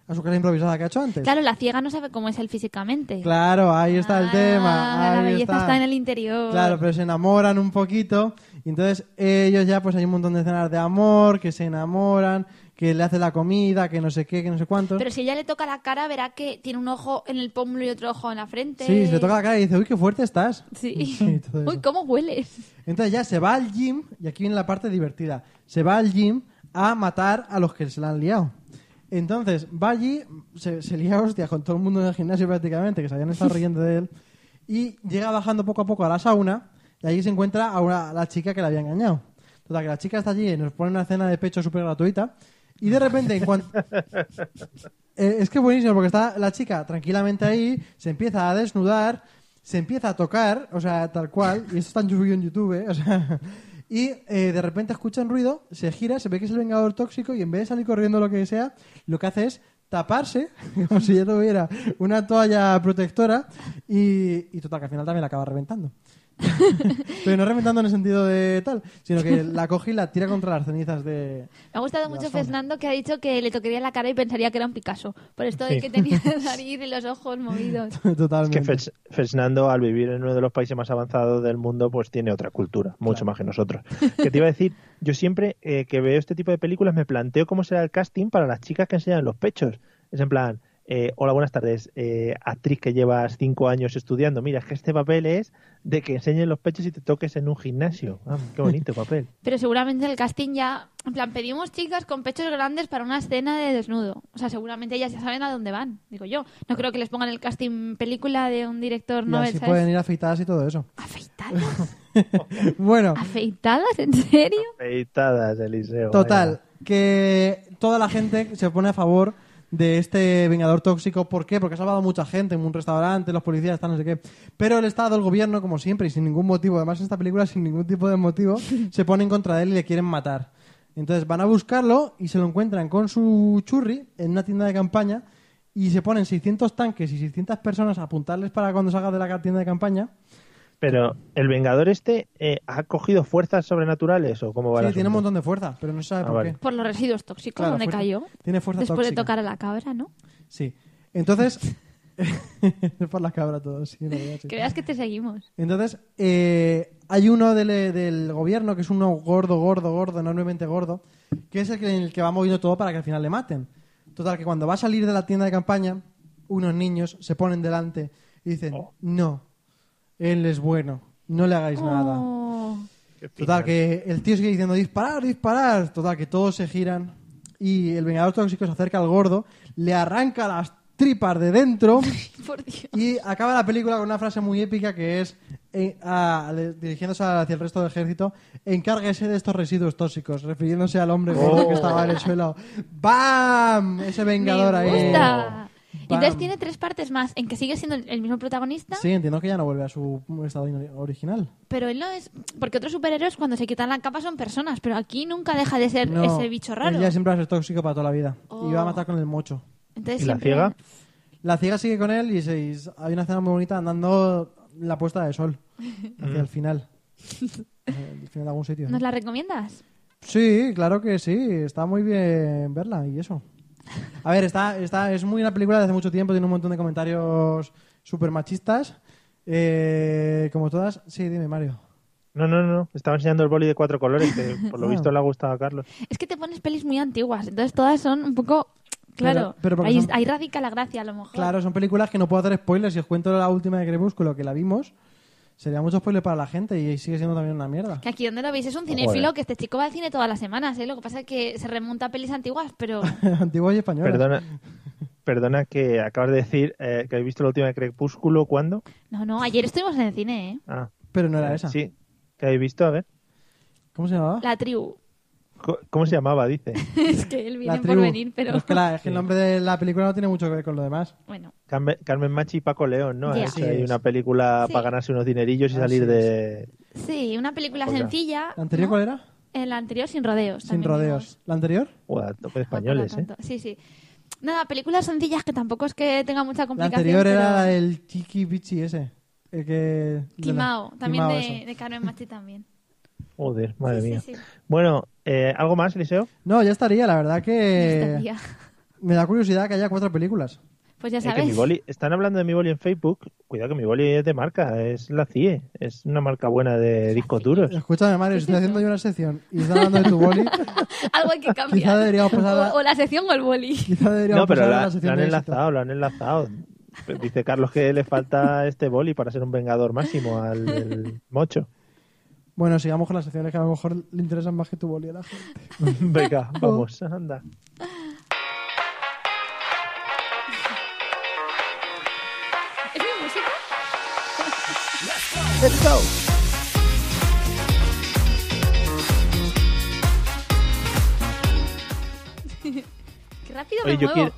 Speaker 5: A su casa improvisada que ha hecho antes.
Speaker 6: Claro, la ciega no sabe cómo es él físicamente.
Speaker 5: Claro, ahí está el
Speaker 6: Ah,
Speaker 5: tema.
Speaker 6: La
Speaker 5: ahí
Speaker 6: belleza está. en el interior.
Speaker 5: Claro, pero se enamoran un poquito. Y entonces ellos ya, pues hay un montón de escenas de amor, que se enamoran, que le hace la comida, que no sé qué, que no sé cuánto.
Speaker 6: Pero si ella le toca la cara, verá que tiene un ojo en el pómulo y otro ojo en la frente.
Speaker 5: Sí, se le toca la cara y dice, uy, qué fuerte estás.
Speaker 6: Sí.
Speaker 5: Sí, todo eso.
Speaker 6: Uy, ¿cómo hueles?
Speaker 5: Entonces ya se va al gym, y aquí viene la parte divertida, se va al gym a matar a los que se la han liado. Entonces va allí, se, se lía hostias con todo el mundo en el gimnasio prácticamente, que se habían estado riendo de él, y llega bajando poco a poco a la sauna, y allí se encuentra a, una- a la chica que la había engañado. Total, que la chica está allí y nos pone una cena de pecho súper gratuita, y de repente, en cuanto... Eh, es que buenísimo, porque está la chica tranquilamente ahí, se empieza a desnudar, se empieza a tocar, o sea, tal cual, y esto está en YouTube, en YouTube, eh, o sea, y eh, de repente escucha un ruido, se gira, se ve que es el vengador tóxico y en vez de salir corriendo o lo que sea, lo que hace es taparse, como si ya tuviera una toalla protectora, y, y total, que al final también la acaba reventando. Pero no reventando en el sentido de tal, sino que la coge y la tira contra las cenizas de...
Speaker 6: Me ha gustado mucho
Speaker 5: sombra.
Speaker 6: Fernando que ha dicho que le tocaría la cara y pensaría que era un Picasso. Por esto de que tenía la nariz y los ojos movidos.
Speaker 3: Es
Speaker 5: Totalmente.
Speaker 3: que Fes- Fernando, al vivir en uno de los países más avanzados del mundo, pues tiene otra cultura, mucho más que nosotros. Que te iba a decir, yo siempre eh, que veo este tipo de películas me planteo cómo será el casting para las chicas que enseñan los pechos. Es en plan, eh, hola, buenas tardes, eh, actriz que llevas cinco años estudiando. Mira, es que este papel es de que enseñen los pechos y te toques en un gimnasio. Ah, qué bonito papel.
Speaker 6: Pero seguramente el casting ya... En plan, pedimos chicas con pechos grandes para una escena de desnudo. O sea, seguramente ellas ya saben a dónde van, digo yo. No creo que les pongan el casting película de un director
Speaker 5: Y
Speaker 6: novel,
Speaker 5: así
Speaker 6: ¿sabes?
Speaker 5: pueden ir afeitadas y todo eso.
Speaker 6: ¿Afeitadas?
Speaker 5: Bueno,
Speaker 3: Ah,
Speaker 6: ¿Afeitadas? ¿En serio?
Speaker 3: Peitadas, Eliseo.
Speaker 5: total, que toda la gente se pone a favor de este vengador tóxico. ¿Por qué? Porque ha salvado mucha gente en un restaurante, los policías están, no sé qué. Pero el Estado, el gobierno, como siempre, y sin ningún motivo, además en esta película sin ningún tipo de motivo, se pone en contra de él y le quieren matar. Entonces van a buscarlo y se lo encuentran con su churri en una tienda de campaña y se ponen 600 tanques y 600 personas a apuntarles para cuando salga de la tienda de campaña.
Speaker 3: Vaya. Pero, ¿el Vengador este eh, ha cogido fuerzas sobrenaturales o cómo va el
Speaker 5: Sí, tiene un
Speaker 3: asunto?
Speaker 5: montón de fuerza, pero no se sabe
Speaker 3: Ah,
Speaker 5: por
Speaker 3: vale.
Speaker 5: qué.
Speaker 6: Por los residuos tóxicos,
Speaker 5: Claro,
Speaker 6: ¿dónde
Speaker 5: fuerza-
Speaker 6: cayó?
Speaker 5: tiene fuerza
Speaker 6: Después de
Speaker 5: tóxica.
Speaker 6: tocar a la cabra, ¿no?
Speaker 5: Sí. Entonces. es por las cabras todos, sí, la verdad, sí.
Speaker 6: Que veas que te seguimos.
Speaker 5: Entonces, eh, hay uno del, del gobierno que es uno gordo, gordo, gordo, enormemente gordo, que es el que, el que va moviendo todo para que al final le maten. Total, que cuando va a salir de la tienda de campaña, unos niños se ponen delante y dicen: No, él es bueno, no le hagáis Pues nada.
Speaker 6: Oh.
Speaker 5: Total, que el tío sigue diciendo disparar, disparar. Total, que todos se giran y el Vengador Tóxico se acerca al gordo, le arranca las tripas de dentro
Speaker 6: Por Dios.
Speaker 5: y acaba la película con una frase muy épica que es, eh, a- le- dirigiéndose hacia el resto del ejército, encárguese de estos residuos tóxicos, refiriéndose al hombre gordo que estaba en el suelo. ¡Bam! Ese Vengador
Speaker 6: Oh. Me
Speaker 5: ahí.
Speaker 6: gusta. Y
Speaker 5: Bam.
Speaker 6: entonces tiene tres partes más, en que sigue siendo el el mismo protagonista,
Speaker 5: Sí, entiendo que ya no vuelve a su estado in- original.
Speaker 6: pero él no es... Porque otros superhéroes cuando se quitan la capa son personas, pero aquí nunca deja de ser
Speaker 5: No,
Speaker 6: ese bicho raro.
Speaker 5: Ella siempre va a ser tóxico para toda la vida. Y va a
Speaker 6: Oh.
Speaker 5: matar con el mocho.
Speaker 6: Entonces
Speaker 3: ¿Y la
Speaker 6: siempre-
Speaker 3: ciega?
Speaker 5: La ciega sigue con él y, se- y hay una escena muy bonita andando la puesta de sol hacia el final. Eh, el final de algún sitio.
Speaker 6: ¿Nos la recomiendas?
Speaker 5: Sí, claro que sí. Está muy bien verla y eso. A ver, está, está, es muy una película de hace mucho tiempo, tiene un montón de comentarios súper machistas. Eh, como todas. Sí, dime, Mario.
Speaker 3: No, no, no. Estaba enseñando el boli de cuatro colores, que por lo
Speaker 5: Ah.
Speaker 3: visto le ha gustado a Carlos.
Speaker 6: Es que te pones pelis muy antiguas, entonces todas son un poco Claro,
Speaker 5: Pero porque
Speaker 6: ahí,
Speaker 5: son-
Speaker 6: ahí radica la gracia a lo mejor.
Speaker 5: Claro, son películas que no puedo hacer spoilers. Si os cuento la última de Crepúsculo que la vimos, sería mucho spoiler para la gente y sigue siendo también una mierda.
Speaker 6: Que aquí donde lo veis es un cinéfilo que este chico va al cine todas las semanas, ¿eh? Lo que pasa es que se remonta a pelis antiguas, pero
Speaker 5: Antiguo y español.
Speaker 3: Perdona, perdona que acabas de decir eh, que habéis visto la última de Crepúsculo, ¿cuándo?
Speaker 6: no, no, ayer estuvimos en el cine, ¿eh?
Speaker 3: Ah,
Speaker 5: Pero no era esa.
Speaker 3: sí. ¿Qué habéis visto? A ver.
Speaker 5: ¿Cómo se llamaba?
Speaker 6: La tribu.
Speaker 3: Co- ¿Cómo se llamaba? Dice.
Speaker 6: es que él viene
Speaker 5: La
Speaker 6: por
Speaker 5: tribu.
Speaker 6: venir, pero
Speaker 5: es que, la- es que el nombre de la película no tiene mucho que ver con lo demás.
Speaker 6: bueno,
Speaker 3: Carmen, Carmen Machi y Paco León, ¿no?
Speaker 6: Ya.
Speaker 3: Han
Speaker 5: Así
Speaker 3: hecho ahí
Speaker 5: es. Ah,
Speaker 3: una película
Speaker 6: Sí.
Speaker 3: para ganarse unos dinerillos y
Speaker 5: Así
Speaker 3: salir
Speaker 5: es.
Speaker 3: de...
Speaker 6: sí, una película
Speaker 3: Oiga.
Speaker 6: sencilla.
Speaker 5: ¿La anterior
Speaker 6: ¿no?
Speaker 5: cuál era?
Speaker 6: El anterior sin rodeos.
Speaker 5: Sin
Speaker 6: también
Speaker 5: rodeos.
Speaker 6: vimos.
Speaker 5: ¿La anterior?
Speaker 3: Buah, a tope de
Speaker 6: Ah, por lo
Speaker 3: españoles, ¿eh?
Speaker 6: tanto, Sí, sí. Nada, películas sencillas que tampoco es que tenga mucha
Speaker 5: La
Speaker 6: complicación.
Speaker 5: anterior era
Speaker 6: pero-
Speaker 5: la del Chiqui Bichi ese. El que...
Speaker 6: Timao, también
Speaker 5: Timao,
Speaker 6: de,
Speaker 5: eso.
Speaker 6: de Carmen Machi también.
Speaker 3: Joder, madre
Speaker 6: Sí, sí,
Speaker 3: mía.
Speaker 6: sí.
Speaker 3: Bueno, eh, ¿algo más, Eliseo?
Speaker 5: No, ya estaría. La verdad
Speaker 6: Esta
Speaker 5: que
Speaker 6: tía.
Speaker 5: me da curiosidad que haya cuatro películas.
Speaker 6: Pues ya
Speaker 3: Eh, que
Speaker 6: sabes.
Speaker 3: mi boli- Están hablando de mi boli en Facebook. Cuidado que mi boli es de marca, es la CIE. Es una marca buena de discos duros.
Speaker 5: Escúchame, Mario, estoy haciendo yo una sección y está hablando de tu boli.
Speaker 6: Algo hay que cambiar.
Speaker 5: Quizá deberíamos pasar a-
Speaker 6: o, o la sección o el boli.
Speaker 5: Quizá deberíamos
Speaker 3: No, pero
Speaker 5: pasar a
Speaker 3: la,
Speaker 5: la sección
Speaker 3: la han
Speaker 5: de éxito.
Speaker 3: enlazado, lo han enlazado. Dice Carlos que le falta este boli para ser un vengador máximo al el mocho.
Speaker 5: Bueno, sigamos con las secciones que a lo mejor le interesan más que tu boli a la gente.
Speaker 3: Venga, vamos, anda.
Speaker 6: ¿Es mi música? Qué rápido
Speaker 3: Oye,
Speaker 6: me
Speaker 3: yo
Speaker 6: muevo.
Speaker 3: quiero,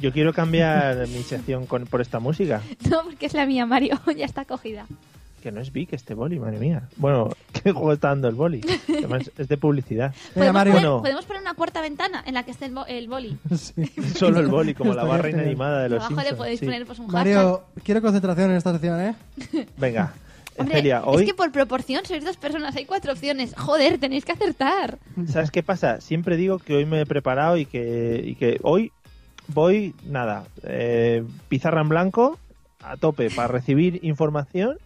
Speaker 3: yo quiero cambiar mi sección con, por esta música.
Speaker 6: No, porque es la mía, Mario. ya está cogida.
Speaker 3: Que no es Vic este boli, madre mía. Bueno, ¿qué juego está dando el boli? Además, es de publicidad.
Speaker 5: Venga,
Speaker 6: ¿Podemos,
Speaker 5: Mario.
Speaker 6: poner,
Speaker 3: Bueno.
Speaker 6: podemos poner una cuarta ventana en la que esté el, bo- el boli.
Speaker 5: Sí.
Speaker 3: Solo el boli, como la
Speaker 5: Estaría
Speaker 3: barra
Speaker 5: genial.
Speaker 3: inanimada de los
Speaker 6: Abajo le
Speaker 3: Simpsons,
Speaker 6: podéis
Speaker 3: sí.
Speaker 6: poner pues, un hashtag.
Speaker 5: Mario, quiero concentración en esta sección, ¿eh?
Speaker 3: Venga,
Speaker 6: Hombre,
Speaker 3: Celia, hoy...
Speaker 6: Es que por proporción sois dos personas, hay cuatro opciones. Joder, tenéis que acertar.
Speaker 3: ¿Sabes qué pasa? Siempre digo que hoy me he preparado y que, y que hoy voy, nada, eh, pizarra en blanco, a tope, para recibir información,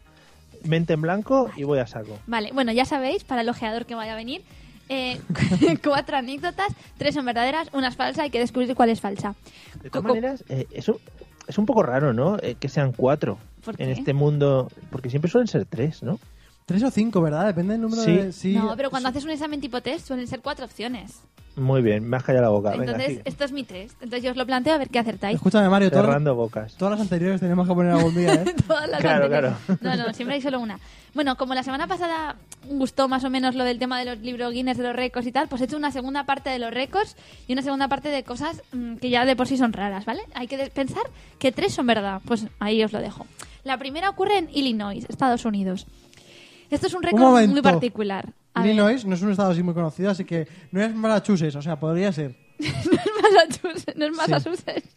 Speaker 3: mente en blanco y voy a saco.
Speaker 6: Vale, bueno, ya sabéis, para el ojeador que vaya a venir, eh, cuatro anécdotas, tres son verdaderas, una es falsa, hay que descubrir cuál es falsa.
Speaker 3: De
Speaker 6: Co-
Speaker 3: todas
Speaker 6: co-
Speaker 3: maneras, eh, es, un, es un poco raro, ¿no? Eh, que sean cuatro
Speaker 6: ¿Por
Speaker 3: en
Speaker 6: qué?
Speaker 3: este mundo, porque siempre suelen ser tres, ¿no?
Speaker 5: Tres o cinco, ¿verdad? Depende del número
Speaker 3: Sí.
Speaker 5: de... Sí.
Speaker 6: no, pero cuando haces un examen tipo test suelen ser cuatro opciones.
Speaker 3: Muy bien, me has callado la boca. Venga,
Speaker 6: Entonces,
Speaker 3: sigue.
Speaker 6: esto es mi test. Entonces yo os lo planteo a ver qué acertáis.
Speaker 5: Escúchame, Mario, todas,
Speaker 3: cerrando bocas.
Speaker 5: todas las anteriores tenemos que poner algún día, ¿eh?
Speaker 6: Todas las
Speaker 3: Claro,
Speaker 6: anteriores. No, no, siempre hay solo una. Bueno, como la semana pasada gustó más o menos lo del tema de los libros Guinness, de los récords y tal, pues he hecho una segunda parte de los récords y una segunda parte de cosas mm, que ya de por sí son raras, ¿vale? Hay que de- pensar que tres son verdad. Pues ahí os lo dejo. La primera ocurre en Illinois, Estados Unidos. Esto es un
Speaker 5: Un
Speaker 6: récord
Speaker 5: momento.
Speaker 6: muy particular. A ver,
Speaker 5: Illinois no es un estado así muy conocido, así que no es Massachusetts, o sea, podría ser.
Speaker 6: Massachusetts, no es Massachusetts.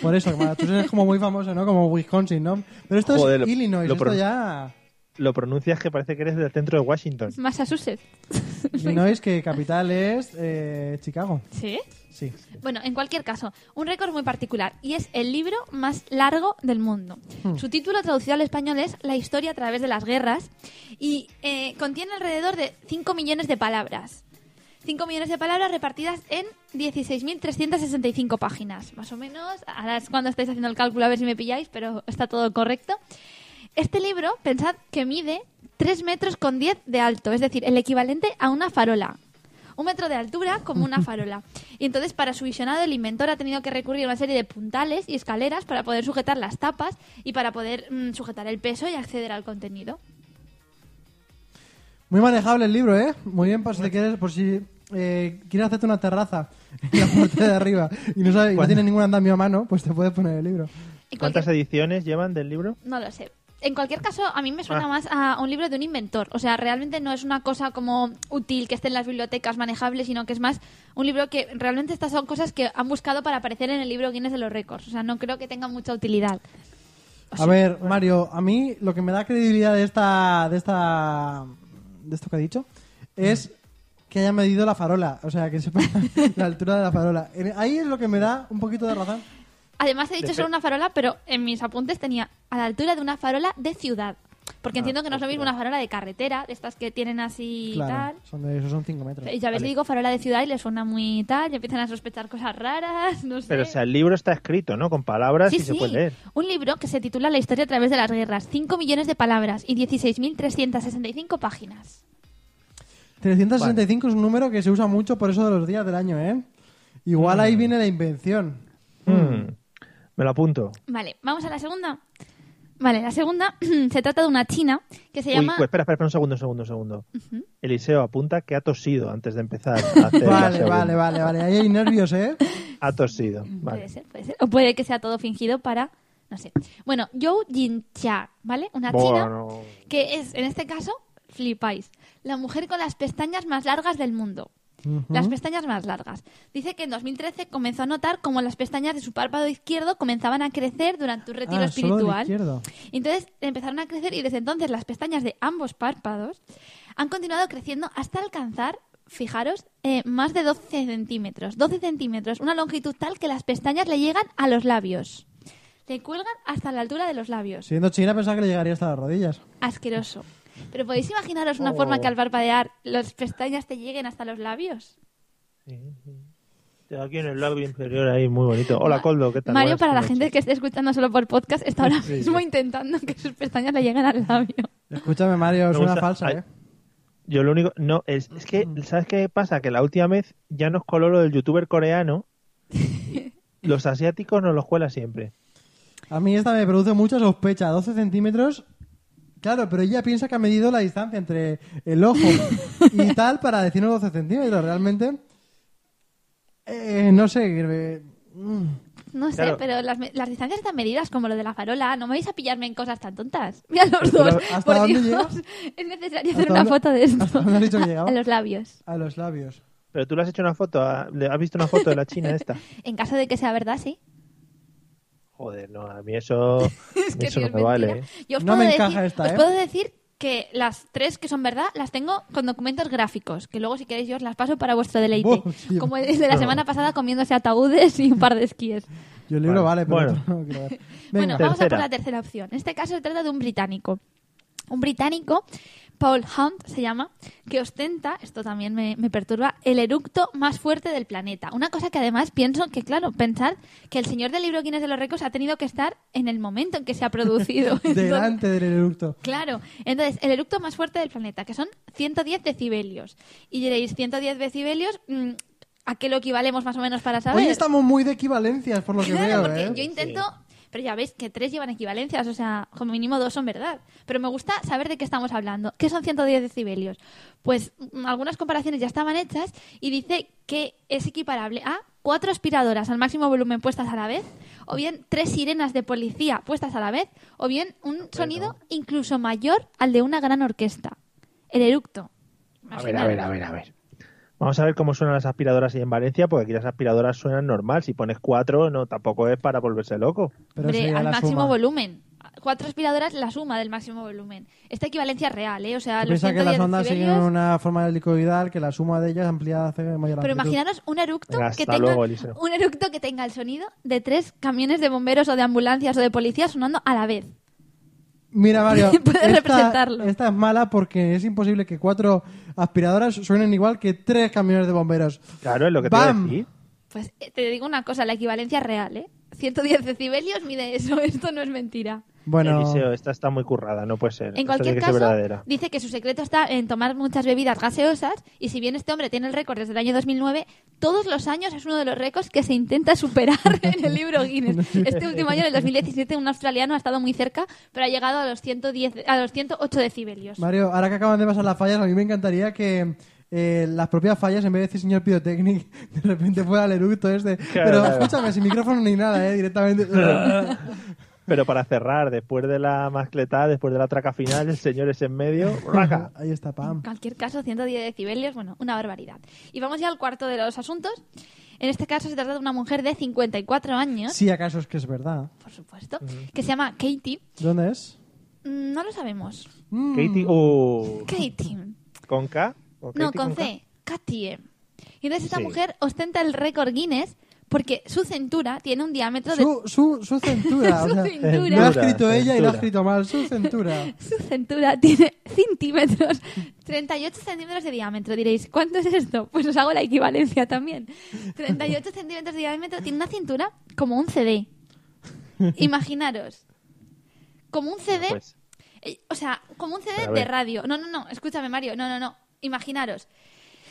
Speaker 5: Por eso, que Massachusetts es como muy famoso, ¿no? Como Wisconsin, ¿no? Pero esto
Speaker 3: Joder, lo-
Speaker 5: es Illinois,
Speaker 3: lo
Speaker 5: esto
Speaker 3: pronun-
Speaker 5: ya...
Speaker 3: Lo pronuncias que parece que eres del centro de Washington.
Speaker 6: Massachusetts.
Speaker 5: Illinois, que capital es eh, Chicago.
Speaker 6: ¿Sí?
Speaker 5: Sí.
Speaker 6: Bueno, en cualquier caso, un récord muy particular y es el libro más largo del mundo. Su título traducido al español es La historia a través de las guerras y eh, contiene alrededor de 5 millones de palabras. 5 millones de palabras repartidas en 16.365 páginas, más o menos. Ahora es cuando estáis haciendo el cálculo a ver si me pilláis, pero está todo correcto. Este libro, pensad que mide 3 metros con 10 de alto, es decir, el equivalente a una farola. Un metro de altura como una farola. Y entonces, para su visionado, el inventor ha tenido que recurrir a una serie de puntales y escaleras para poder sujetar las tapas y para poder mm, sujetar el peso y acceder al contenido.
Speaker 5: Muy manejable el libro, ¿eh? Muy bien, por si, te quieres, por si eh, quieres hacerte una terraza en la parte de arriba y no, sabes, y no tienes ningún andamio a mano, pues te puedes poner el libro.
Speaker 6: En
Speaker 3: ¿Cuántas
Speaker 6: cualquier-
Speaker 3: ediciones llevan del libro?
Speaker 6: No lo sé. En cualquier caso, a mí me suena más a un libro de un inventor. O sea, realmente no es una cosa como útil que esté en las bibliotecas manejable, sino que es más un libro que realmente estas son cosas que han buscado para aparecer en el libro Guinness de los récords. O sea, no creo que tenga mucha utilidad.
Speaker 5: A ver, Mario, a mí lo que me da credibilidad de esta, de esta, de esto que he dicho es que haya medido la farola, o sea, que sepa la altura de la farola. En- Ahí es lo que me da un poquito de razón.
Speaker 6: Además, he dicho solo una farola, pero en mis apuntes tenía a la altura de una farola de ciudad. Porque
Speaker 3: Ah,
Speaker 6: entiendo que no es lo mismo una farola de carretera, de estas que tienen así y
Speaker 5: Claro,
Speaker 6: tal.
Speaker 5: son de, esos son 5 metros.
Speaker 6: Y ya ves, le digo farola de ciudad y le suena muy tal, y empiezan a sospechar cosas raras, no sé.
Speaker 3: Pero o sea, el libro está escrito, ¿no? Con palabras y se puede leer.
Speaker 6: Un libro que se titula La historia a través de las guerras, 5 millones de palabras y 16.365 páginas.
Speaker 5: 365 es un número que se usa mucho por eso de los días del año, ¿eh? Igual ahí viene la invención.
Speaker 3: Mm. Me lo apunto.
Speaker 6: Vale, vamos a la segunda. Vale, la segunda se trata de una china que se
Speaker 3: Uy,
Speaker 6: llama...
Speaker 3: pues espera, espera, espera, un segundo, un segundo, un segundo. Eliseo, apunta que ha tosido antes de empezar a hacer la
Speaker 5: Vale,
Speaker 3: segunda.
Speaker 5: vale, vale, vale. Ahí hay nervios, ¿eh?
Speaker 6: Este
Speaker 3: Ha tosido.
Speaker 6: Puede
Speaker 3: Vale.
Speaker 6: ser, puede ser. O puede que sea todo fingido para... No sé. Bueno, Zhou Jincha, ¿vale? Una china
Speaker 3: Bueno,
Speaker 6: que es, en este caso, flipáis, la mujer con las pestañas más largas del mundo. Las pestañas más largas. Dice que en 2013 comenzó a notar cómo las pestañas de su párpado izquierdo comenzaban a crecer durante un retiro
Speaker 5: Ah, solo del
Speaker 6: espiritual.
Speaker 5: izquierdo.
Speaker 6: Entonces empezaron a crecer y desde entonces las pestañas de ambos párpados han continuado creciendo hasta alcanzar, fijaros, eh, más de 12 centímetros. 12 centímetros, una longitud tal que las pestañas le llegan a los labios. Le cuelgan hasta la altura de los labios.
Speaker 5: Siendo china pensaba que le llegaría hasta las rodillas.
Speaker 6: Asqueroso. Pero podéis imaginaros una
Speaker 3: Oh.
Speaker 6: forma que al parpadear las pestañas te lleguen hasta los labios.
Speaker 3: Aquí en el labio inferior ahí, muy bonito. Hola, Coldo, ¿qué tal?
Speaker 6: Mario,
Speaker 3: Buenas
Speaker 6: para la
Speaker 3: noches.
Speaker 6: gente que esté escuchando solo por podcast, está ahora mismo intentando que sus pestañas le lleguen al labio.
Speaker 5: Escúchame, Mario, es
Speaker 3: Me
Speaker 5: una
Speaker 3: gusta-
Speaker 5: falsa,
Speaker 3: Ay.
Speaker 5: ¿eh?
Speaker 3: Yo lo único, no, es, es que,
Speaker 6: Mm.
Speaker 3: ¿sabes qué pasa? Que la última vez ya nos coló lo del youtuber coreano. Los asiáticos nos los cuela siempre.
Speaker 5: A mí esta me produce mucha sospecha. 12 centímetros. Claro, pero ella piensa que ha medido la distancia entre el ojo y tal para decirnos 12 centímetros. Realmente. eh, no sé. eh, mm.
Speaker 6: No sé,
Speaker 3: Claro.
Speaker 6: pero las, me- las distancias están medidas como lo de la farola. No me vais a pillarme en cosas tan tontas. Mira los
Speaker 5: Pero,
Speaker 6: dos.
Speaker 5: ¿hasta
Speaker 6: por
Speaker 5: dónde
Speaker 6: Dios.
Speaker 5: llegas?
Speaker 6: Es necesario
Speaker 5: ¿Hasta
Speaker 6: hacer una
Speaker 5: dónde-
Speaker 6: foto de esto.
Speaker 5: hasta dónde has dicho que llegaba?
Speaker 6: A los labios.
Speaker 5: A los labios.
Speaker 3: Pero tú le has hecho una foto, a- le- ¿has visto una foto de la China esta?
Speaker 6: En caso de que sea verdad, sí.
Speaker 3: Joder, no, a mí eso,
Speaker 6: Es que
Speaker 3: eso
Speaker 6: tío,
Speaker 3: no
Speaker 6: es
Speaker 3: me vale. ¿eh?
Speaker 6: mentira. Yo os
Speaker 5: No
Speaker 6: puedo
Speaker 5: me
Speaker 6: decir,
Speaker 5: encaja esta,
Speaker 6: os
Speaker 5: ¿eh?
Speaker 6: puedo decir que las tres que son verdad las tengo con documentos gráficos, que luego si queréis yo os las paso para vuestro deleite.
Speaker 5: Hostia.
Speaker 6: Como el de la semana pasada comiéndose ataúdes y un par de esquíes.
Speaker 5: Yo el libro vale,
Speaker 3: Vale, bueno.
Speaker 5: pero otro no quiero ver.
Speaker 6: Bueno,
Speaker 5: Venga.
Speaker 6: vamos a por
Speaker 3: Tercera.
Speaker 6: la tercera opción. En este caso se trata de un británico. Un británico, Paul Hunt se llama, que ostenta, esto también me, me perturba, el eructo más fuerte del planeta. Una cosa que además pienso que, claro, pensad que el señor del libro Guinness de los Récords ha tenido que estar en el momento en que se ha producido. Entonces-
Speaker 5: Delante del eructo.
Speaker 6: Claro, entonces el eructo más fuerte del planeta, que son 110 decibelios. Y diréis, 110 decibelios, mm, ¿a qué lo equivalemos más o menos para saber?
Speaker 5: Hoy estamos muy de equivalencias, por lo que
Speaker 6: Claro,
Speaker 5: veo,
Speaker 6: porque
Speaker 5: ¿eh?
Speaker 6: yo intento, pero ya veis que tres llevan equivalencias, o sea, como mínimo dos son verdad. Pero me gusta saber de qué estamos hablando. ¿Qué son 110 decibelios? Pues mm, algunas comparaciones ya estaban hechas y dice que es equiparable a cuatro aspiradoras al máximo volumen puestas a la vez, o bien tres sirenas de policía puestas a la vez, o bien un sonido incluso mayor al de una gran orquesta. El eructo.
Speaker 3: A ver, a ver, a ver, a ver. Vamos a ver cómo suenan las aspiradoras ahí en Valencia, porque aquí las aspiradoras suenan normal. Si pones cuatro, no, tampoco es para volverse loco.
Speaker 5: Pero
Speaker 6: Hombre,
Speaker 5: sería
Speaker 6: al
Speaker 5: la
Speaker 6: máximo
Speaker 5: suma.
Speaker 6: volumen. Cuatro aspiradoras, la suma del máximo volumen. Esta equivalencia es real, ¿eh? O sea, los
Speaker 5: Piensa que
Speaker 6: 110
Speaker 5: las ondas siguen
Speaker 6: decibelios-
Speaker 5: una forma helicoidal que la suma de ellas ampliada hace mayor
Speaker 6: Pero
Speaker 5: amplitud.
Speaker 6: imaginaros un eructo,
Speaker 3: Venga,
Speaker 6: que
Speaker 3: hasta
Speaker 6: tenga,
Speaker 3: luego, Eliseo.
Speaker 6: un eructo que tenga el sonido de tres camiones de bomberos o de ambulancias o de policías sonando a la vez.
Speaker 5: Mira, Mario,
Speaker 6: Puedes
Speaker 5: esta,
Speaker 6: representarlo.
Speaker 5: esta es mala porque es imposible que cuatro aspiradoras suenen igual que tres camiones de bomberos.
Speaker 3: Claro, es lo que
Speaker 5: ¡Bam!
Speaker 3: te voy a decir.
Speaker 6: Pues eh, te digo una cosa, la equivalencia es real, ¿eh? 110 decibelios mide eso, esto no es mentira.
Speaker 5: Bueno,
Speaker 3: Eliseo, esta está muy currada, no puede ser.
Speaker 6: En
Speaker 3: Esta
Speaker 6: cualquier
Speaker 3: tiene que
Speaker 6: caso,
Speaker 3: ser verdadera.
Speaker 6: dice que su secreto está en tomar muchas bebidas gaseosas y si bien este hombre tiene el récord desde el año 2009, todos los años es uno de los récords que se intenta superar en el libro Guinness. Este último año, en el 2017, un australiano ha estado muy cerca, pero ha llegado a los 110, a los 108 decibelios.
Speaker 5: Mario, ahora que acaban de pasar las fallas, a mí me encantaría que eh, las propias fallas, en vez de decir señor Pidotecnic, de repente fuera el eructo este. Pero
Speaker 3: claro.
Speaker 5: escúchame, sin micrófono ni nada, ¿eh? Directamente.
Speaker 3: Pero para cerrar, después de la mascletada, después de la traca final, el señor es en medio. ¡Raca!
Speaker 5: Ahí está,
Speaker 6: En
Speaker 5: pam.
Speaker 6: cualquier caso, 110 decibelios, bueno, una barbaridad. Y vamos ya al cuarto de los asuntos. En este caso se trata de una mujer de 54 años,
Speaker 5: Si acaso es que es verdad.
Speaker 6: por supuesto, que se llama Katie.
Speaker 5: ¿Dónde es?
Speaker 6: Mm, No lo sabemos.
Speaker 5: Mm.
Speaker 3: Katie, uh,
Speaker 6: Katie.
Speaker 3: ¿Con K?
Speaker 6: No,
Speaker 3: Katie K?
Speaker 6: con C. Katie. Y entonces esta
Speaker 3: Sí.
Speaker 6: mujer ostenta el récord Guinness porque su cintura tiene un diámetro de...
Speaker 5: Su, su, su cintura.
Speaker 6: Su
Speaker 5: o sea,
Speaker 6: cintura.
Speaker 5: Lo ha escrito
Speaker 3: Cintura,
Speaker 5: ella y lo
Speaker 3: cintura.
Speaker 5: ha escrito mal. Su cintura.
Speaker 6: Su cintura tiene centímetros, 38 centímetros de diámetro. Diréis, ¿cuánto es esto? Pues os hago la equivalencia también. 38 centímetros de diámetro tiene una cintura como un CD. Imaginaros. Como un CD,
Speaker 3: Pues,
Speaker 6: eh, o sea, como un
Speaker 3: A
Speaker 6: CD
Speaker 3: ver.
Speaker 6: de radio. No, no, no, escúchame Mario, no, no, no. Imaginaros.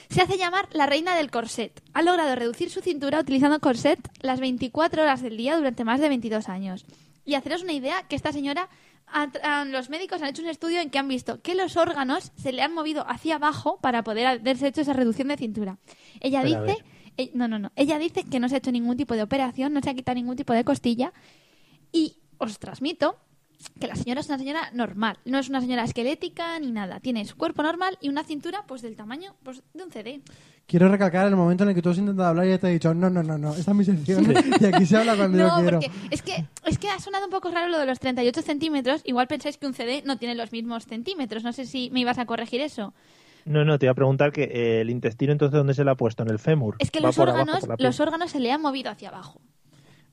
Speaker 6: Se hace llamar la reina del corset. Ha logrado reducir su cintura utilizando corset las 24 horas del día durante más de 22 años. Y haceros una idea que esta señora, ha tra- ah, los médicos han hecho un estudio en que han visto que los órganos se le han movido hacia abajo para poder haberse hecho esa reducción de cintura. Ella
Speaker 3: Pero a
Speaker 6: dice, eh, no, no, no, ella dice que no se ha hecho ningún tipo de operación, no se ha quitado ningún tipo de costilla y os transmito que la señora es una señora normal, no es una señora esquelética ni nada. Tiene su cuerpo normal y una cintura pues del tamaño pues, de un CD.
Speaker 5: Quiero recalcar el momento en el que tú has intentado hablar y ya te he dicho, no, no, no, no, esta es mi sección y aquí se habla cuando yo
Speaker 6: No,
Speaker 5: quiero.
Speaker 6: porque es que, es que ha sonado un poco raro lo de los 38 centímetros. Igual pensáis que un CD no tiene los mismos centímetros. No sé si me ibas a corregir eso.
Speaker 3: no, no, te iba a preguntar que eh, el intestino, entonces, ¿dónde se lo ha puesto? En el fémur.
Speaker 6: Es que
Speaker 3: Va
Speaker 6: los
Speaker 3: por abajo,
Speaker 6: órganos,
Speaker 3: por la piel.
Speaker 6: los órganos se le han movido hacia abajo.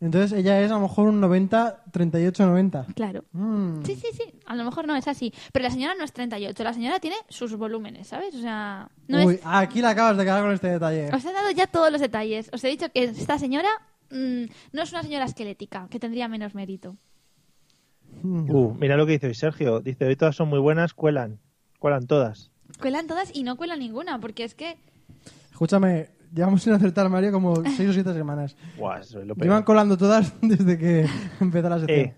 Speaker 5: Entonces ella es a lo mejor un 90, 38, 90.
Speaker 6: Claro.
Speaker 5: Mm.
Speaker 6: Sí, sí, sí. A lo mejor no es así. Pero la señora no es 38. La señora tiene sus volúmenes, ¿sabes? O sea, no
Speaker 5: Uy,
Speaker 6: es Ah,
Speaker 5: aquí la acabas de quedar con este detalle.
Speaker 6: Os he dado ya todos los detalles. Os he dicho que esta señora mm, no es una señora esquelética, que tendría menos mérito.
Speaker 5: Mm.
Speaker 3: Uh, mira lo que dice hoy Sergio. Dice, hoy todas son muy buenas, cuelan. Cuelan todas.
Speaker 6: Cuelan todas y no cuelan ninguna, porque es que
Speaker 5: Escúchame, llevamos sin acertar Mario como 6 o 7 semanas.
Speaker 3: Buah, eso es lo
Speaker 5: Llevan
Speaker 3: peor.
Speaker 5: colando todas desde que empezó la sección.
Speaker 3: Eh,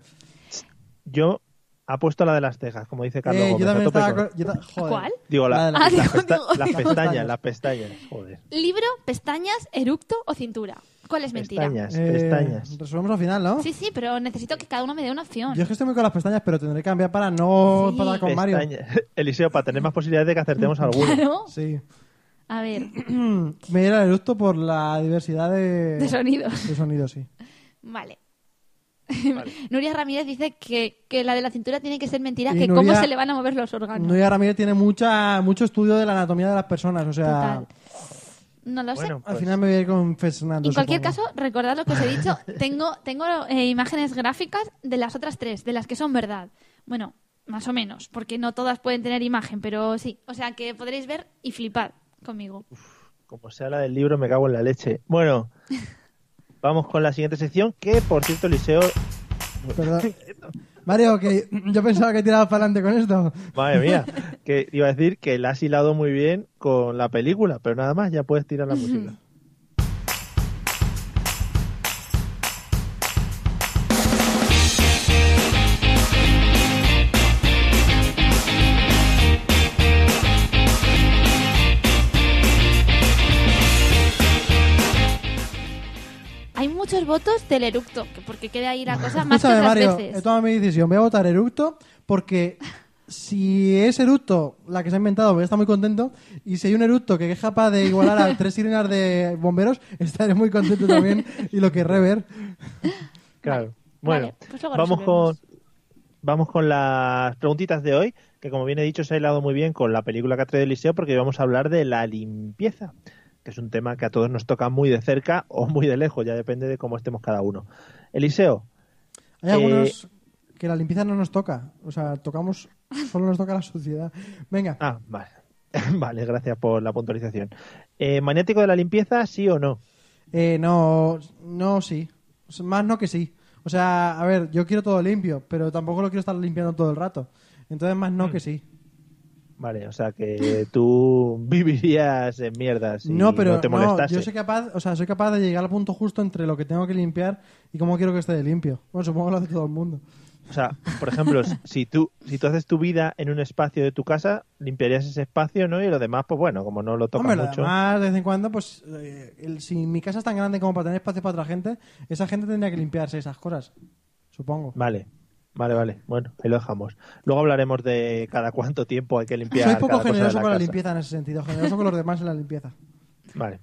Speaker 3: yo apuesto la de las cejas, como dice Carlos
Speaker 5: Eh, yo
Speaker 3: Gómez, a
Speaker 5: también
Speaker 3: tope
Speaker 5: estaba...
Speaker 3: con-
Speaker 5: co- yo ta- joder.
Speaker 6: ¿Cuál?
Speaker 3: Digo, la-
Speaker 5: La de las-
Speaker 6: Ah,
Speaker 3: las
Speaker 6: digo,
Speaker 3: pesta-
Speaker 6: digo,
Speaker 3: las
Speaker 6: digo.
Speaker 3: pestañas, las pestañas, joder.
Speaker 6: libro, pestañas, eructo o cintura. ¿Cuál es mentira?
Speaker 3: Pestañas,
Speaker 5: Eh,
Speaker 3: pestañas.
Speaker 5: Resolvemos al final, ¿no?
Speaker 6: Sí, sí, pero necesito que cada uno me dé una opción.
Speaker 5: Yo es que estoy muy con las pestañas, pero tendré que cambiar para no
Speaker 6: Sí.
Speaker 5: para con Mario.
Speaker 3: Pestañas. Eliseo, para tener más posibilidades de que acertemos alguno.
Speaker 6: Claro.
Speaker 5: Sí.
Speaker 6: A ver,
Speaker 5: Eh. Me diera el eructo por la diversidad de,
Speaker 6: de sonidos.
Speaker 5: de sonidos, sí.
Speaker 6: Vale. Nuria Ramírez dice que, que la de la cintura tiene que ser mentira,
Speaker 5: Y
Speaker 6: que
Speaker 5: Nuria-
Speaker 6: cómo se le van a mover los órganos.
Speaker 5: Nuria Ramírez tiene mucha, mucho estudio de la anatomía de las personas, o sea,
Speaker 6: Total. No lo sé.
Speaker 3: Bueno,
Speaker 5: al
Speaker 3: pues,
Speaker 5: final me voy a ir con Fernando.
Speaker 6: En cualquier
Speaker 5: supongo.
Speaker 6: caso, recordad lo que os he dicho. Tengo, tengo eh, imágenes gráficas de las otras tres, de las que son verdad. Bueno, más o menos, porque no todas pueden tener imagen, pero sí. O sea que podréis ver y flipar conmigo.
Speaker 3: como sea la del libro, me cago en la leche. Bueno, vamos con la siguiente sección, que por cierto, Eliseo...
Speaker 5: Perdón. Mario, que yo pensaba que tirabas para adelante con esto.
Speaker 3: Madre mía, que iba a decir que la has hilado muy bien con la película, pero nada más, ya puedes tirar la música.
Speaker 6: Hay muchos votos del eructo, que- porque queda ahí la cosa Ah, más que
Speaker 5: Escúchame,
Speaker 6: otras
Speaker 5: Mario, he
Speaker 6: veces.
Speaker 5: tomado mi decisión. Voy a votar eructo porque si es eructo la que se ha inventado, voy a estar muy contento. Y si hay un eructo que es capaz de igualar a tres sirenas de bomberos, estaré muy contento también y lo querré ver.
Speaker 3: Claro. Bueno,
Speaker 6: vale, pues luego
Speaker 3: vamos con
Speaker 6: resolvemos.
Speaker 3: vamos con las preguntitas de hoy, que como bien he dicho se ha hilado muy bien con la película que ha traído Eliseo porque hoy vamos a hablar de la limpieza, que es un tema que a todos nos toca muy de cerca o muy de lejos, ya depende de cómo estemos cada uno. Eliseo,
Speaker 5: Hay
Speaker 3: Eh,
Speaker 5: algunos que la limpieza no nos toca. O sea, tocamos, solo nos toca la suciedad. Venga,
Speaker 3: ah, vale. Vale, gracias por la puntualización. Eh, ¿Maniático de la limpieza, sí o no?
Speaker 5: eh, no, no, sí. O sea, Más no que sí. O sea, a ver, yo quiero todo limpio, pero tampoco lo quiero estar limpiando todo el rato. Entonces, más
Speaker 3: Mm.
Speaker 5: no que sí.
Speaker 3: Vale, o sea que tú vivirías en mierdas si
Speaker 5: no, pero
Speaker 3: te molestase.
Speaker 5: yo soy capaz, o sea, soy capaz de llegar al punto justo entre lo que tengo que limpiar y cómo quiero que esté limpio. Bueno, supongo que lo hace todo el mundo.
Speaker 3: O sea, por ejemplo, si tú, si tú haces tu vida en un espacio de tu casa, limpiarías ese espacio, ¿no? Y lo demás, pues bueno, como no lo tocas
Speaker 5: Hombre, lo
Speaker 3: mucho.
Speaker 5: demás, de vez en cuando, pues, eh, el- si mi casa es tan grande como para tener espacio para otra gente, esa gente tendría que limpiarse esas cosas, supongo.
Speaker 3: Vale, vale, vale. Bueno, ahí lo dejamos. Luego hablaremos de cada cuánto tiempo hay que limpiar.
Speaker 5: Soy poco
Speaker 3: cada cosa de
Speaker 5: generoso
Speaker 3: la
Speaker 5: con la
Speaker 3: casa.
Speaker 5: limpieza en ese sentido, generoso con los demás en la limpieza.
Speaker 3: Vale.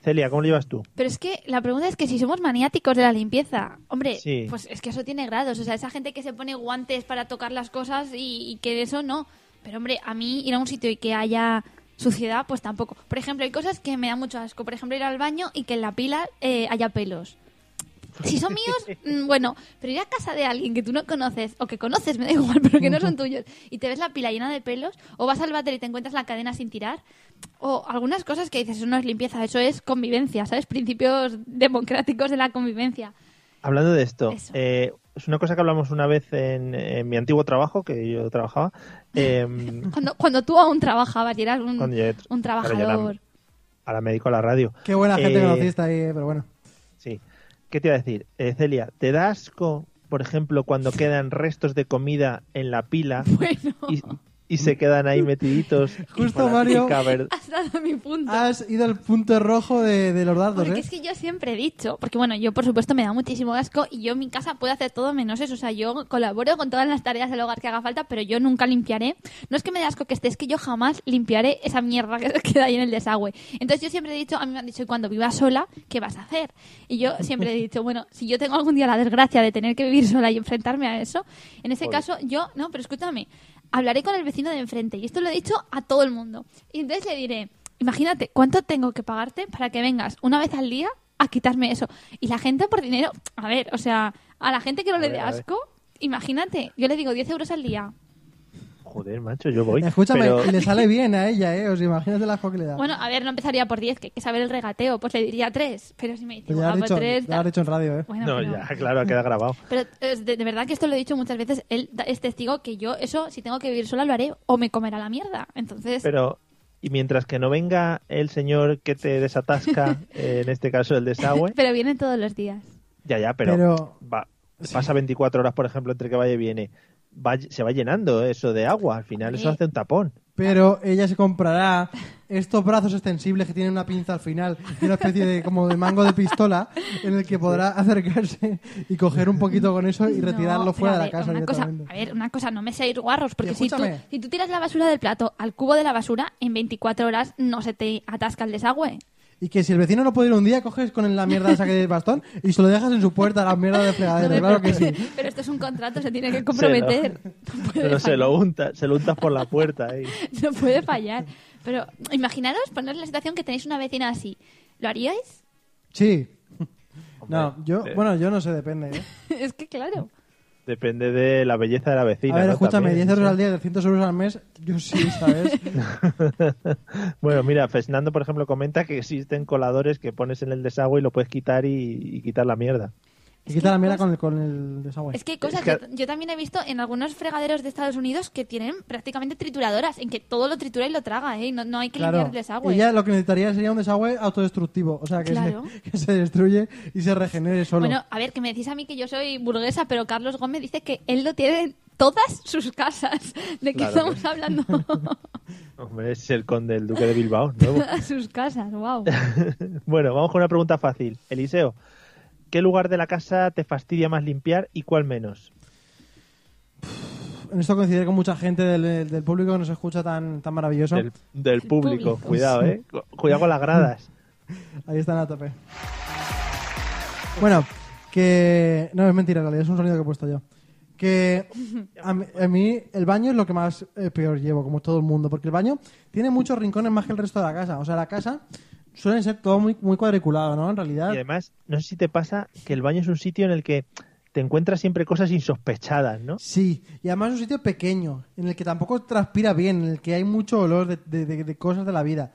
Speaker 3: Celia, ¿cómo lo llevas tú?
Speaker 6: Pero es que la pregunta es que si somos maniáticos de la limpieza, hombre,
Speaker 3: Sí.
Speaker 6: pues es que eso tiene grados. O sea, esa gente que se pone guantes para tocar las cosas y, y que de eso no. Pero hombre, a mí ir a un sitio y que haya Suciedad, pues tampoco. Por ejemplo, hay cosas que me da mucho asco. Por ejemplo, ir al baño y que en la pila eh, haya pelos. Si son míos, mm, bueno, pero ir a casa de alguien que tú no conoces, o que conoces, me da igual, pero que no son tuyos, y te ves la pila llena de pelos, o vas al váter y te encuentras la cadena sin tirar, o algunas cosas que dices, eso no es limpieza, eso es convivencia, ¿sabes? Principios democráticos de la convivencia.
Speaker 3: Hablando de esto,
Speaker 6: Eso.
Speaker 3: eh, es una cosa que hablamos una vez en, en mi antiguo trabajo, que yo trabajaba, eh,
Speaker 6: Cuando, cuando tú aún trabajabas y eras un,
Speaker 3: Cuando yo-
Speaker 6: un
Speaker 3: claro, yo
Speaker 6: trabajador.
Speaker 3: era- a la médico a la radio.
Speaker 5: Qué buena gente
Speaker 3: Eh,
Speaker 5: conociste ahí, eh, pero bueno.
Speaker 3: Sí. ¿Qué te iba a decir? Eh, Celia, ¿te da asco, por ejemplo, cuando quedan restos de comida en la pila
Speaker 6: Bueno,
Speaker 3: y, y se quedan ahí metiditos? y
Speaker 5: Justo,
Speaker 3: con la
Speaker 5: Mario.
Speaker 3: típica ver-
Speaker 6: has dado mi punto.
Speaker 5: Has ido al punto rojo de, de los dardos,
Speaker 6: Porque
Speaker 5: ¿eh?
Speaker 6: es que yo siempre he dicho, porque bueno, yo por supuesto me da muchísimo asco y yo en mi casa puedo hacer todo menos eso. O sea, yo colaboro con todas las tareas del hogar que haga falta, pero yo nunca limpiaré. No es que me dé asco que esté, es que yo jamás limpiaré esa mierda que queda ahí en el desagüe. Entonces yo siempre he dicho, a mí me han dicho, y cuando vivas sola, ¿qué vas a hacer? Y yo siempre he dicho, bueno, si yo tengo algún día la desgracia de tener que vivir sola y enfrentarme a eso, en ese caso yo, no, pero escúchame, hablaré con el vecino de enfrente. Y esto lo he dicho a todo el mundo. Y entonces le diré, imagínate, ¿cuánto tengo que pagarte para que vengas una vez al día a quitarme eso? Y la gente por dinero, a ver, o sea, a la gente que no le dé
Speaker 3: ver, a ver.
Speaker 6: asco, imagínate, yo le digo 10 euros al día.
Speaker 3: Joder, macho, yo voy.
Speaker 5: Escúchame,
Speaker 3: pero-
Speaker 5: y le sale bien a ella, ¿eh? Os imaginas el asco que le da.
Speaker 6: Bueno, a ver, no empezaría por 10, que hay que saber el regateo, pues le diría 3. Pero si me dice,
Speaker 5: Pero ya lo
Speaker 6: bueno,
Speaker 5: has
Speaker 6: pues
Speaker 5: dicho,
Speaker 6: 3...
Speaker 5: ya lo has dicho en radio, ¿eh?
Speaker 6: Bueno,
Speaker 3: No,
Speaker 6: pero-
Speaker 3: ya, claro, queda grabado.
Speaker 6: Pero eh, de, de verdad que esto lo he dicho muchas veces, él da- es testigo que yo eso, si tengo que vivir sola, lo haré o me comerá la mierda. Entonces,
Speaker 3: Pero, y mientras que no venga el señor que te desatasca, eh, en este caso el desagüe,
Speaker 6: pero viene todos los días.
Speaker 3: ya, ya, pero,
Speaker 5: Pero-
Speaker 3: va- pasa 24 horas, por ejemplo, entre que vaya y viene. Va- se va llenando eso de agua, al final eso
Speaker 6: Hombre.
Speaker 3: hace un tapón.
Speaker 5: Pero ella se comprará estos brazos extensibles que tienen una pinza al final y una especie de como de mango de pistola en el que podrá acercarse y coger un poquito con eso y
Speaker 6: No,
Speaker 5: retirarlo
Speaker 6: pero
Speaker 5: fuera de
Speaker 6: a
Speaker 5: la
Speaker 6: ver,
Speaker 5: casa
Speaker 6: una cosa-
Speaker 5: directamente.
Speaker 6: a ver, una cosa, no me sé ir guarros, porque
Speaker 5: Y
Speaker 6: si tú,
Speaker 5: escúchame.
Speaker 6: si tú tiras la basura del plato al cubo de la basura, en 24 horas no se te atasca el desagüe.
Speaker 5: Y que si el vecino no puede ir un día, coges con la mierda esa que del bastón y se lo dejas en su puerta, la mierda de fregadero,
Speaker 6: No me
Speaker 5: claro Ah, que sí.
Speaker 6: preocupes, Pero esto es un contrato, se tiene que comprometer. No puede
Speaker 3: Pero se
Speaker 6: fallar.
Speaker 3: lo unta, se lo untas por la puerta ahí.
Speaker 6: No puede fallar. Pero imaginaros poner la situación que tenéis una vecina así. ¿Lo haríais?
Speaker 5: Sí.
Speaker 3: Hombre, eh,
Speaker 5: No, yo,
Speaker 3: de-
Speaker 5: bueno, yo no sé, depende. ¿eh?
Speaker 6: es que claro.
Speaker 3: Depende de la belleza de la vecina.
Speaker 5: A ver,
Speaker 3: ¿no?
Speaker 5: escúchame,
Speaker 3: También.
Speaker 5: 10 euros al día, 300 euros al mes, yo sí, ¿sabes?
Speaker 3: Bueno, mira, Fernando, por ejemplo, comenta que existen coladores que pones en el desagüe y lo puedes quitar y, y quitar la mierda.
Speaker 5: Y quita la mierda
Speaker 6: cosa-
Speaker 5: con el, con el desagüe.
Speaker 6: Es que hay cosas,
Speaker 3: Es que-
Speaker 6: Yo, yo también he visto en algunos fregaderos de Estados Unidos que tienen prácticamente trituradoras, en que todo lo tritura y lo traga, ¿eh? No, no hay que limpiar el desagüe.
Speaker 5: Ella lo que necesitaría sería un desagüe autodestructivo, o sea, que,
Speaker 6: Claro.
Speaker 5: se, que se destruye y se regenere solo.
Speaker 6: Bueno, a ver, que me decís a mí que yo soy burguesa, pero Carlos Gómez dice que él lo tiene en todas sus casas. ¿De qué
Speaker 3: Claro.
Speaker 6: estamos hablando?
Speaker 3: Hombre, es el conde, el duque de Bilbao, nuevo.
Speaker 6: sus casas, wow.
Speaker 3: Bueno, vamos con una pregunta fácil. Eliseo, ¿qué lugar de la casa te fastidia más limpiar y cuál menos?
Speaker 5: En esto coincide con mucha gente del, del público que nos escucha tan, tan maravilloso.
Speaker 3: Del, del público.
Speaker 6: público.
Speaker 3: Cuidado, ¿eh? Cu- Cuidado con las gradas.
Speaker 5: Ahí están a tope. Bueno, que... No, es mentira, en realidad es un sonido que he puesto yo. Que a mí, a mí el baño es lo que más eh, peor llevo, como todo el mundo, porque el baño tiene muchos rincones más que el resto de la casa. O sea, la casa suelen ser todo muy, muy cuadriculado, ¿no? En realidad...
Speaker 3: Y además, no sé si te pasa que el baño es un sitio en el que te encuentras siempre cosas insospechadas, ¿no?
Speaker 5: Sí, y además es un sitio pequeño, en el que tampoco transpira bien, en el que hay mucho olor de, de- de- de cosas de la vida.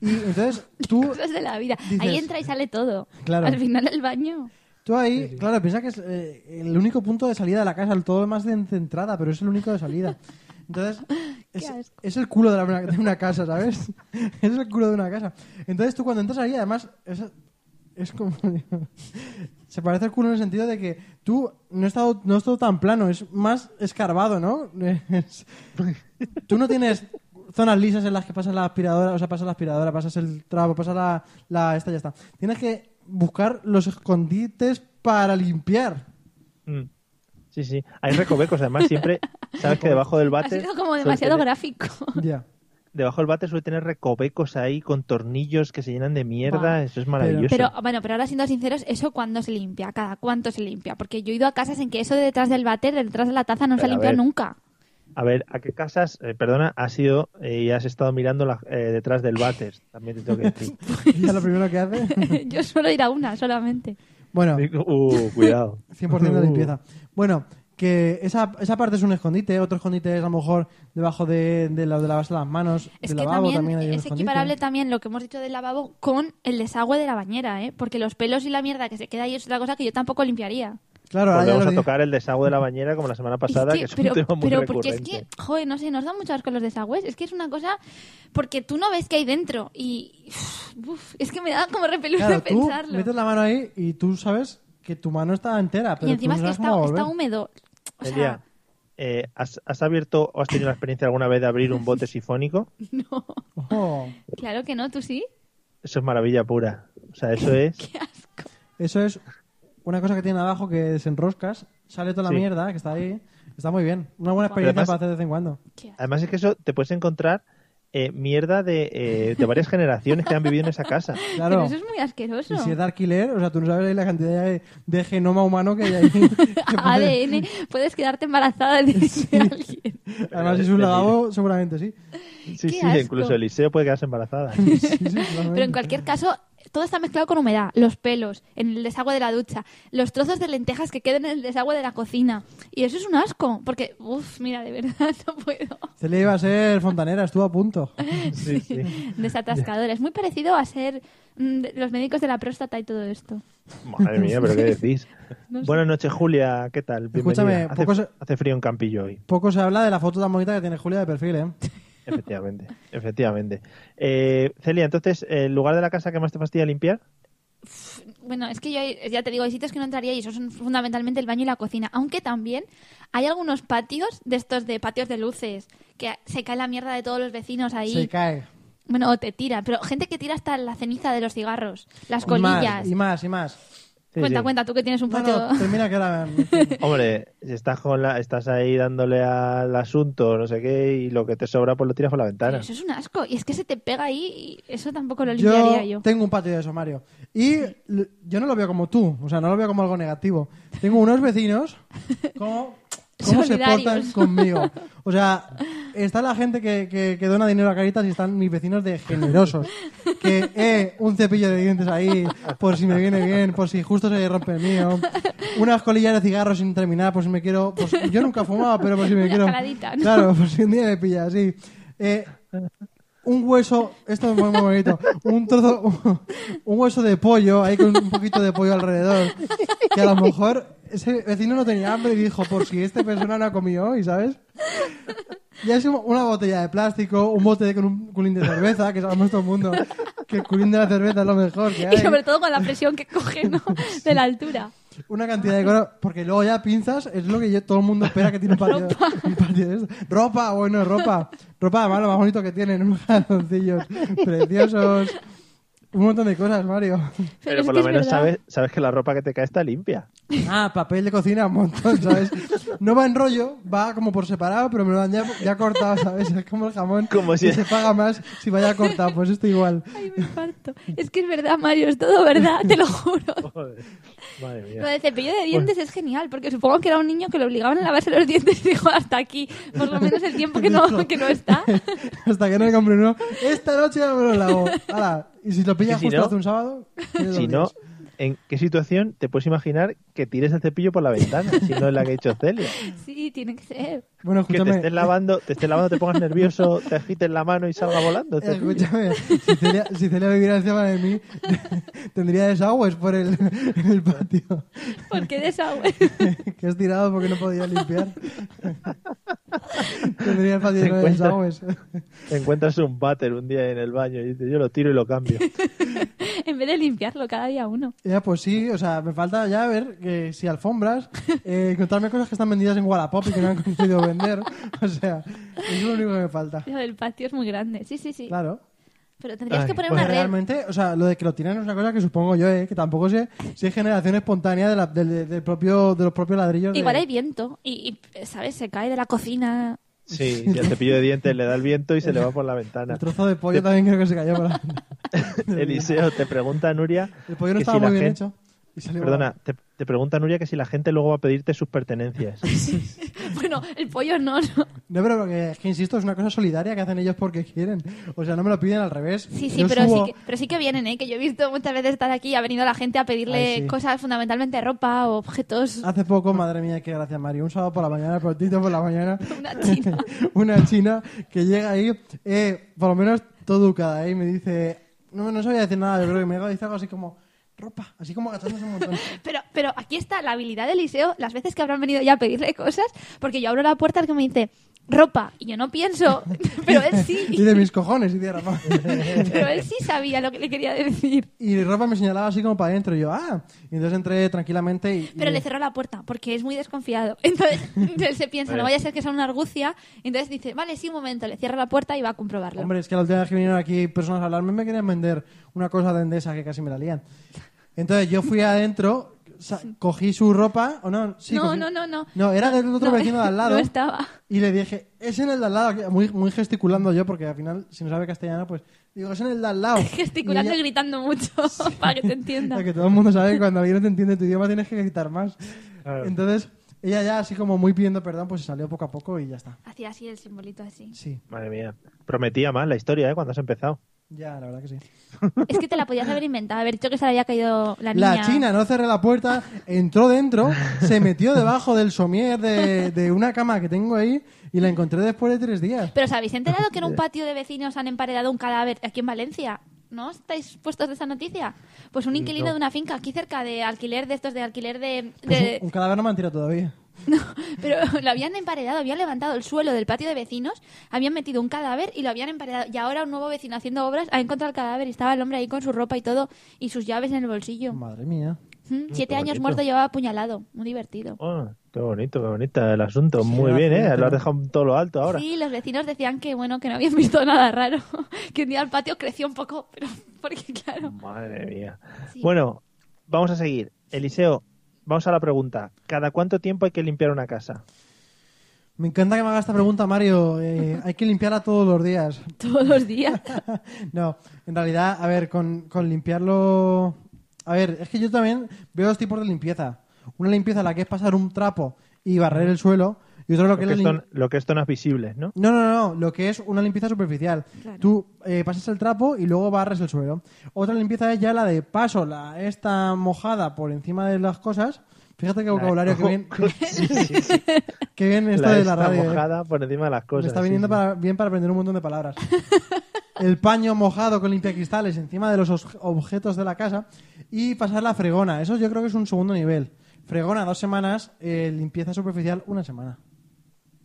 Speaker 5: Y entonces tú,
Speaker 6: Cosas de la vida.
Speaker 5: Dices-
Speaker 6: Ahí entra y sale todo.
Speaker 5: Claro.
Speaker 6: Al final el baño.
Speaker 5: tú ahí, claro, piensas que es eh, el único punto de salida de la casa, el todo más de, de entrada, pero es el único de salida. Entonces, es,
Speaker 6: asco.
Speaker 5: es el culo de, la- de una casa, ¿sabes? Es el culo de una casa. Entonces tú cuando entras ahí, además, es, es como... Se parece al culo en el sentido de que tú no es todo, no es todo tan plano, es más escarbado, ¿no? Es- tú no tienes zonas lisas en las que pasas la aspiradora, o sea, pasas la aspiradora, pasas el trapo, pasas la, la esta, ya está. Tienes que buscar los escondites para limpiar.
Speaker 3: Mm. Sí, sí. Hay recovecos, además, siempre. Sabes que debajo del
Speaker 6: Ha
Speaker 3: bate.
Speaker 6: sido como demasiado
Speaker 3: grande.
Speaker 6: gráfico.
Speaker 5: Ya.
Speaker 3: Debajo del bate suele tener recovecos ahí con tornillos que se llenan de mierda.
Speaker 6: Buah.
Speaker 3: Eso es maravilloso.
Speaker 6: Pero bueno, pero ahora siendo sinceros, ¿eso cuándo se limpia? ¿Cada cuánto se limpia? Porque yo he ido a casas en que eso de detrás del váter, de detrás de la taza, no se
Speaker 3: Pero
Speaker 6: ha
Speaker 3: a
Speaker 6: limpiado
Speaker 3: ver.
Speaker 6: nunca.
Speaker 3: A ver, ¿a qué casas, eh, perdona, has ido eh, y has estado mirando la- eh, detrás del váter? También te tengo que decir.
Speaker 5: Es lo primero que hace.
Speaker 6: Yo suelo ir a una solamente.
Speaker 5: Bueno,
Speaker 3: Uh, cuidado. Uh.
Speaker 5: 100% de limpieza. Bueno, que esa, esa parte es un escondite, otro escondite es a lo mejor debajo de, de la de lavarse las manos,
Speaker 6: Es
Speaker 5: del
Speaker 6: que
Speaker 5: lavabo
Speaker 6: también,
Speaker 5: también, hay un
Speaker 6: es
Speaker 5: escondite.
Speaker 6: equiparable también lo que hemos dicho del lavabo con el desagüe de la bañera, ¿eh? Porque los pelos y la mierda que se queda ahí es otra cosa que yo tampoco limpiaría.
Speaker 5: Claro, ahora ya
Speaker 3: Volvemos
Speaker 5: lo
Speaker 3: Pues a
Speaker 5: di-
Speaker 3: tocar el desagüe de la bañera como la semana pasada, que, es un
Speaker 6: pero,
Speaker 3: tema muy
Speaker 6: pero porque
Speaker 3: recurrente.
Speaker 6: es que, joder, no sé, nos da mucho asco los desagües. Es que es una cosa... Porque tú no ves qué hay dentro y... uf, es que me da como repelús de
Speaker 5: Claro, tú
Speaker 6: pensarlo.
Speaker 5: metes la mano ahí y tú sabes que tu mano está entera, pero
Speaker 6: y encima
Speaker 5: tú
Speaker 6: es
Speaker 5: no
Speaker 6: que
Speaker 5: sabes cómo
Speaker 6: está,
Speaker 5: va a volver.
Speaker 6: está húmedo. O sea,
Speaker 3: Elia, eh, ¿has, has abierto o has tenido la experiencia alguna vez de abrir un bote sifónico?
Speaker 6: no.
Speaker 5: Ojo.
Speaker 6: Claro que no, tú sí.
Speaker 3: Eso es maravilla pura. O sea, eso es...
Speaker 6: Qué asco.
Speaker 5: Eso es una cosa que tiene abajo que desenroscas, sale toda la
Speaker 3: Sí.
Speaker 5: mierda que está ahí. Está muy bien. Una buena experiencia
Speaker 3: además-
Speaker 5: para hacer de vez en cuando.
Speaker 6: Qué asco.
Speaker 3: Además es que eso te puedes encontrar eh, mierda de, eh, de varias generaciones que han vivido en esa casa.
Speaker 5: Claro.
Speaker 6: Pero eso es muy asqueroso.
Speaker 5: Y si es de alquiler, o sea, tú no sabes ahí la cantidad de, de genoma humano que hay ahí. Que
Speaker 6: Ah,
Speaker 5: puede-
Speaker 6: ADN, puedes quedarte embarazada de, de alguien.
Speaker 5: pues, Además, si es un
Speaker 3: Pero-
Speaker 5: lavabo, seguramente sí.
Speaker 3: Sí,
Speaker 6: Qué
Speaker 3: sí,
Speaker 6: asco.
Speaker 3: incluso Eliseo puede quedarse embarazada.
Speaker 5: Sí, sí, totalmente.
Speaker 6: Pero en cualquier caso, todo está mezclado con humedad. Los pelos, en el desagüe de la ducha, los trozos de lentejas que queden en el desagüe de la cocina. Y eso es un asco, porque, uff, mira, de verdad, no puedo.
Speaker 5: Celia iba a ser fontanera, estuvo a punto.
Speaker 3: Sí, sí.
Speaker 6: Desatascador. Es muy parecido a ser mm, de- los médicos de la próstata y todo esto.
Speaker 3: Madre mía, pero ¿qué decís?
Speaker 6: No sé.
Speaker 3: Buenas noches, Julia. ¿Qué tal? Bienvenida.
Speaker 5: Escúchame,
Speaker 3: hace,
Speaker 5: pocos-
Speaker 3: hace frío en Campillo hoy.
Speaker 5: Poco se habla de la foto tan bonita que tiene Julia de perfil, ¿eh?
Speaker 3: Efectivamente, efectivamente. Eh, Celia, entonces, ¿el lugar de la casa que más te fastidia limpiar?
Speaker 6: Bueno, es que yo hay- ya te digo, hay sitios que no entraría y eso son fundamentalmente el baño y la cocina. Aunque también hay algunos patios de estos de patios de luces que se cae la mierda de todos los vecinos ahí.
Speaker 5: Se cae.
Speaker 6: Bueno, o te tira, pero gente que tira hasta la ceniza de los cigarros, las
Speaker 5: Y
Speaker 6: colillas.
Speaker 5: más, y más, y más.
Speaker 3: Sí,
Speaker 6: cuenta,
Speaker 3: sí.
Speaker 6: cuenta, tú que tienes un
Speaker 5: No,
Speaker 6: patio.
Speaker 5: no, termina que ahora...
Speaker 3: Hombre, si estás, con la, estás ahí dándole al asunto, no sé qué, y lo que te sobra, pues lo tiras por la
Speaker 6: Pero
Speaker 3: ventana.
Speaker 6: Eso es un asco. Y es que se te pega ahí y eso tampoco lo limpiaría
Speaker 5: Yo
Speaker 6: yo.
Speaker 5: tengo un patio de somario. Y l- yo no lo veo como tú, o sea, no lo veo como algo negativo. Tengo unos vecinos como... ¿Cómo se
Speaker 6: Solidarios.
Speaker 5: portan conmigo? O sea, está la gente que, que- que dona dinero a Caritas y están mis vecinos de generosos. Que, eh, un cepillo de dientes ahí, por si me viene bien, por si justo se rompe el mío. Unas colillas de cigarros sin terminar, por si me quiero... por si- yo nunca he fumado, pero por si me
Speaker 6: Una
Speaker 5: quiero...
Speaker 6: jaladita, ¿no?
Speaker 5: Claro, por si un día me pilla así. Eh, un hueso, esto es muy, muy bonito, un trozo, un, hueso de pollo, ahí con un poquito de pollo alrededor, que a lo mejor ese vecino no tenía hambre y dijo, por si esta persona no ha comido hoy, ¿sabes? Ya es una botella de plástico, un bote con un culín de cerveza, que sabemos todo el mundo que el culín de la cerveza es lo mejor que hay.
Speaker 6: Y sobre todo con la presión que coge, ¿no? De la altura.
Speaker 5: Una cantidad de cosas, porque luego ya pinzas, es lo que yo- todo el mundo espera que tiene un partido, un partido de eso. Ropa, bueno, ropa. Ropa, además, lo más bonito que tienen, unos calzoncillos preciosos. Un montón de cosas, Mario.
Speaker 6: Pero
Speaker 3: Pero
Speaker 6: es
Speaker 3: por
Speaker 6: que
Speaker 3: lo
Speaker 6: es
Speaker 3: menos
Speaker 6: verdad.
Speaker 3: sabes, sabes que la ropa que te cae está limpia.
Speaker 5: Ah, papel de cocina, un montón, ¿sabes? No va en rollo, va como por separado, pero me lo dan ya, ya cortado, ¿sabes? Es como el jamón
Speaker 3: Como si-
Speaker 5: que se paga más si vaya cortado, pues esto igual.
Speaker 6: Ay, me parto. Es que es verdad, Mario, es todo verdad, te lo juro.
Speaker 3: Joder, madre
Speaker 6: Lo
Speaker 3: mía.
Speaker 6: del cepillo de dientes es genial, porque supongo que era un niño que lo obligaban a lavarse los dientes y dijo hasta aquí, por lo menos el tiempo que no, que no está.
Speaker 5: Hasta que no le compre uno. Esta noche ya me lo lavo. Hala, y si lo
Speaker 3: Y
Speaker 5: pillas
Speaker 3: si
Speaker 5: justo
Speaker 3: no-
Speaker 5: hace un sábado, tienes
Speaker 3: Si
Speaker 5: dos
Speaker 3: no,
Speaker 5: días.
Speaker 3: ¿en qué situación te puedes imaginar que tires el cepillo por la ventana? Si no es la que ha hecho Celia.
Speaker 6: Sí, tiene que ser.
Speaker 5: Bueno,
Speaker 3: Que te
Speaker 5: escúchame.
Speaker 3: estés lavando, te estés lavando, te pongas nervioso, te agites la mano y salga volando. el cepillo.
Speaker 5: Escúchame, si Celia, si Celia viviera encima de mí, tendría desagües por el, en el patio,
Speaker 6: ¿Por qué desagüe?
Speaker 5: que es tirado porque no podía limpiar. tendría el patio
Speaker 3: Te
Speaker 5: lleno de
Speaker 3: encuentras-
Speaker 5: desagües.
Speaker 3: Te encuentras un váter un día en el baño y dices, yo lo tiro y lo cambio.
Speaker 6: En vez de limpiarlo cada día uno.
Speaker 5: Ya, pues sí, o sea, me falta ya ver que si alfombras, eh, encontrarme cosas que están vendidas en Wallapop y que no han conseguido vender. O sea, es lo único que me falta.
Speaker 6: Lo del patio es muy grande. Sí, sí, sí.
Speaker 5: Claro.
Speaker 6: Pero tendrías
Speaker 3: Ay,
Speaker 6: que poner
Speaker 5: Pues
Speaker 6: una red.
Speaker 5: realmente, o sea, lo de que lo tiran es una cosa que supongo yo, eh, que tampoco sé si es generación espontánea de, la- del- del propio, de los propios ladrillos. de-
Speaker 6: Igual hay viento y, y, ¿sabes? Se cae de la cocina.
Speaker 3: Sí, y el cepillo de dientes le da el viento y se le va por la ventana.
Speaker 5: El trozo de pollo también creo que se cayó por la
Speaker 3: Eliseo, te pregunta Nuria.
Speaker 5: El pollo no
Speaker 3: que
Speaker 5: estaba
Speaker 3: si la
Speaker 5: muy bien
Speaker 3: gen-
Speaker 5: hecho. Y salió
Speaker 3: Perdona, te, te pregunta Nuria que si la gente luego va a pedirte sus pertenencias.
Speaker 6: Bueno, el pollo no, no.
Speaker 5: No, pero que, es que insisto, es una cosa solidaria que hacen ellos porque quieren. O sea, no me lo piden al revés.
Speaker 6: Sí, sí,
Speaker 5: Yo
Speaker 6: pero,
Speaker 5: subo-
Speaker 6: sí que, pero sí que vienen, ¿eh? Que yo he visto muchas veces estar aquí y ha venido la gente a pedirle
Speaker 5: Ay, sí. Ah.
Speaker 6: cosas, fundamentalmente ropa o objetos.
Speaker 5: Hace poco, madre mía, qué gracia, Mario. Un sábado por la mañana, prontito por la mañana.
Speaker 6: Una china.
Speaker 5: una china que llega ahí, eh, por lo menos todo educada, eh, y me dice. No, no sabía decir nada, yo creo que me dice algo así como. Ropa, así como agachándose un montón.
Speaker 6: Pero, pero aquí está la habilidad de Eliseo, las veces que habrán venido ya a pedirle cosas, porque yo abro la puerta al que me dice ropa y yo no pienso, pero él
Speaker 5: Y
Speaker 6: sí,
Speaker 5: de mis cojones, y de ropa.
Speaker 6: pero él sí sabía lo que le quería decir.
Speaker 5: Y ropa me señalaba así como para adentro. Y yo, ah. Y entonces entré tranquilamente y.
Speaker 6: Pero
Speaker 5: y-
Speaker 6: le cerró la puerta porque es muy desconfiado. Entonces él se piensa, no vaya a ser que sea una argucia. Entonces dice, vale, sí, un momento, le cierra la puerta y va a comprobarlo.
Speaker 5: Hombre, es que la última vez que vinieron aquí personas a hablarme me querían vender una cosa de Endesa que casi me la lían. Entonces yo fui adentro, sa- cogí su ropa, o no, sí,
Speaker 6: No,
Speaker 5: cogí-
Speaker 6: no, no, no.
Speaker 5: No, era del otro
Speaker 6: No,
Speaker 5: vecino de al lado.
Speaker 6: no estaba.
Speaker 5: Y le dije, es en el de al lado, que- muy, muy gesticulando yo, porque al final, si no sabe castellano, pues digo, es en el de al lado.
Speaker 6: Gesticulando y
Speaker 5: ella-
Speaker 6: gritando mucho para que te entienda.
Speaker 5: porque todo el mundo sabe que cuando alguien no te entiende tu idioma tienes que gritar más. Entonces, ella ya así como muy pidiendo perdón, pues se salió poco a poco y ya está.
Speaker 6: Hacía así el simbolito así.
Speaker 5: Sí,
Speaker 3: Madre mía. Prometía más la historia, ¿eh? Cuando has empezado.
Speaker 5: ya, la verdad que sí.
Speaker 6: Es que te la podías haber inventado, haber dicho que se le había caído la niña.
Speaker 5: La china no cerré la puerta, entró dentro, se metió debajo del somier de, de una cama que tengo ahí y la encontré después de tres días.
Speaker 6: Pero ¿os habéis enterado que en un patio de vecinos han emparedado un cadáver aquí en Valencia? ¿No estáis puestos de esa noticia? Pues
Speaker 5: Mm,
Speaker 6: un inquilino de una finca aquí cerca de alquiler de estos, de alquiler de...
Speaker 5: Pues un-
Speaker 6: de-
Speaker 5: un, cadáver no me han tirado todavía.
Speaker 6: No, pero lo habían emparedado, habían levantado el suelo del patio de vecinos, habían metido un cadáver y lo habían emparedado. Y ahora un nuevo vecino haciendo obras ha encontrado el cadáver y estaba el hombre ahí con su ropa y todo y sus llaves en el bolsillo.
Speaker 5: Madre mía.
Speaker 6: Mm, Siete
Speaker 3: qué
Speaker 6: años
Speaker 3: bonito.
Speaker 6: muerto llevaba apuñalado. Muy divertido.
Speaker 3: Ah, qué bonito, qué bonita el asunto. Muy
Speaker 5: era
Speaker 3: bien, ¿eh?
Speaker 5: bonito,
Speaker 3: Lo has
Speaker 5: ¿no?
Speaker 3: dejado en todo lo alto ahora.
Speaker 6: Sí, los vecinos decían que bueno, que no habían visto nada raro, que un día el patio creció un poco, pero porque claro.
Speaker 3: Madre mía.
Speaker 6: Sí.
Speaker 3: Bueno, vamos a seguir. Eliseo, vamos a la pregunta. ¿Cada cuánto tiempo hay que limpiar una casa?
Speaker 5: Me encanta que me haga esta pregunta, Mario. Eh, hay que limpiarla todos los días.
Speaker 6: Todos los días.
Speaker 5: no, en realidad, a ver, con, con limpiarlo... A ver, es que yo también veo dos tipos de limpieza. Una limpieza en la que es pasar un trapo y barrer el suelo y otra lo
Speaker 3: Lo
Speaker 5: que
Speaker 3: que,
Speaker 5: es la lim-
Speaker 3: esto, lo que esto no es visible, ¿no?
Speaker 5: No, no, no, lo que es una limpieza superficial.
Speaker 6: Claro.
Speaker 5: Tú eh, pasas el trapo y luego barres el suelo. Otra limpieza es ya la de paso, la esta mojada por encima de las cosas. Fíjate qué vocabulario, que bien, qué bien esto
Speaker 3: la
Speaker 5: de la
Speaker 3: esta
Speaker 5: radio. ¿eh?
Speaker 3: mojada por encima de las
Speaker 5: Me
Speaker 3: cosas.
Speaker 5: está
Speaker 3: sí,
Speaker 5: viniendo
Speaker 3: sí.
Speaker 5: para- bien para aprender un montón de palabras. El paño mojado con limpiacristales encima de los os- objetos de la casa y pasar la fregona. Eso yo creo que es un segundo nivel. Fregona dos semanas, eh, limpieza superficial una semana.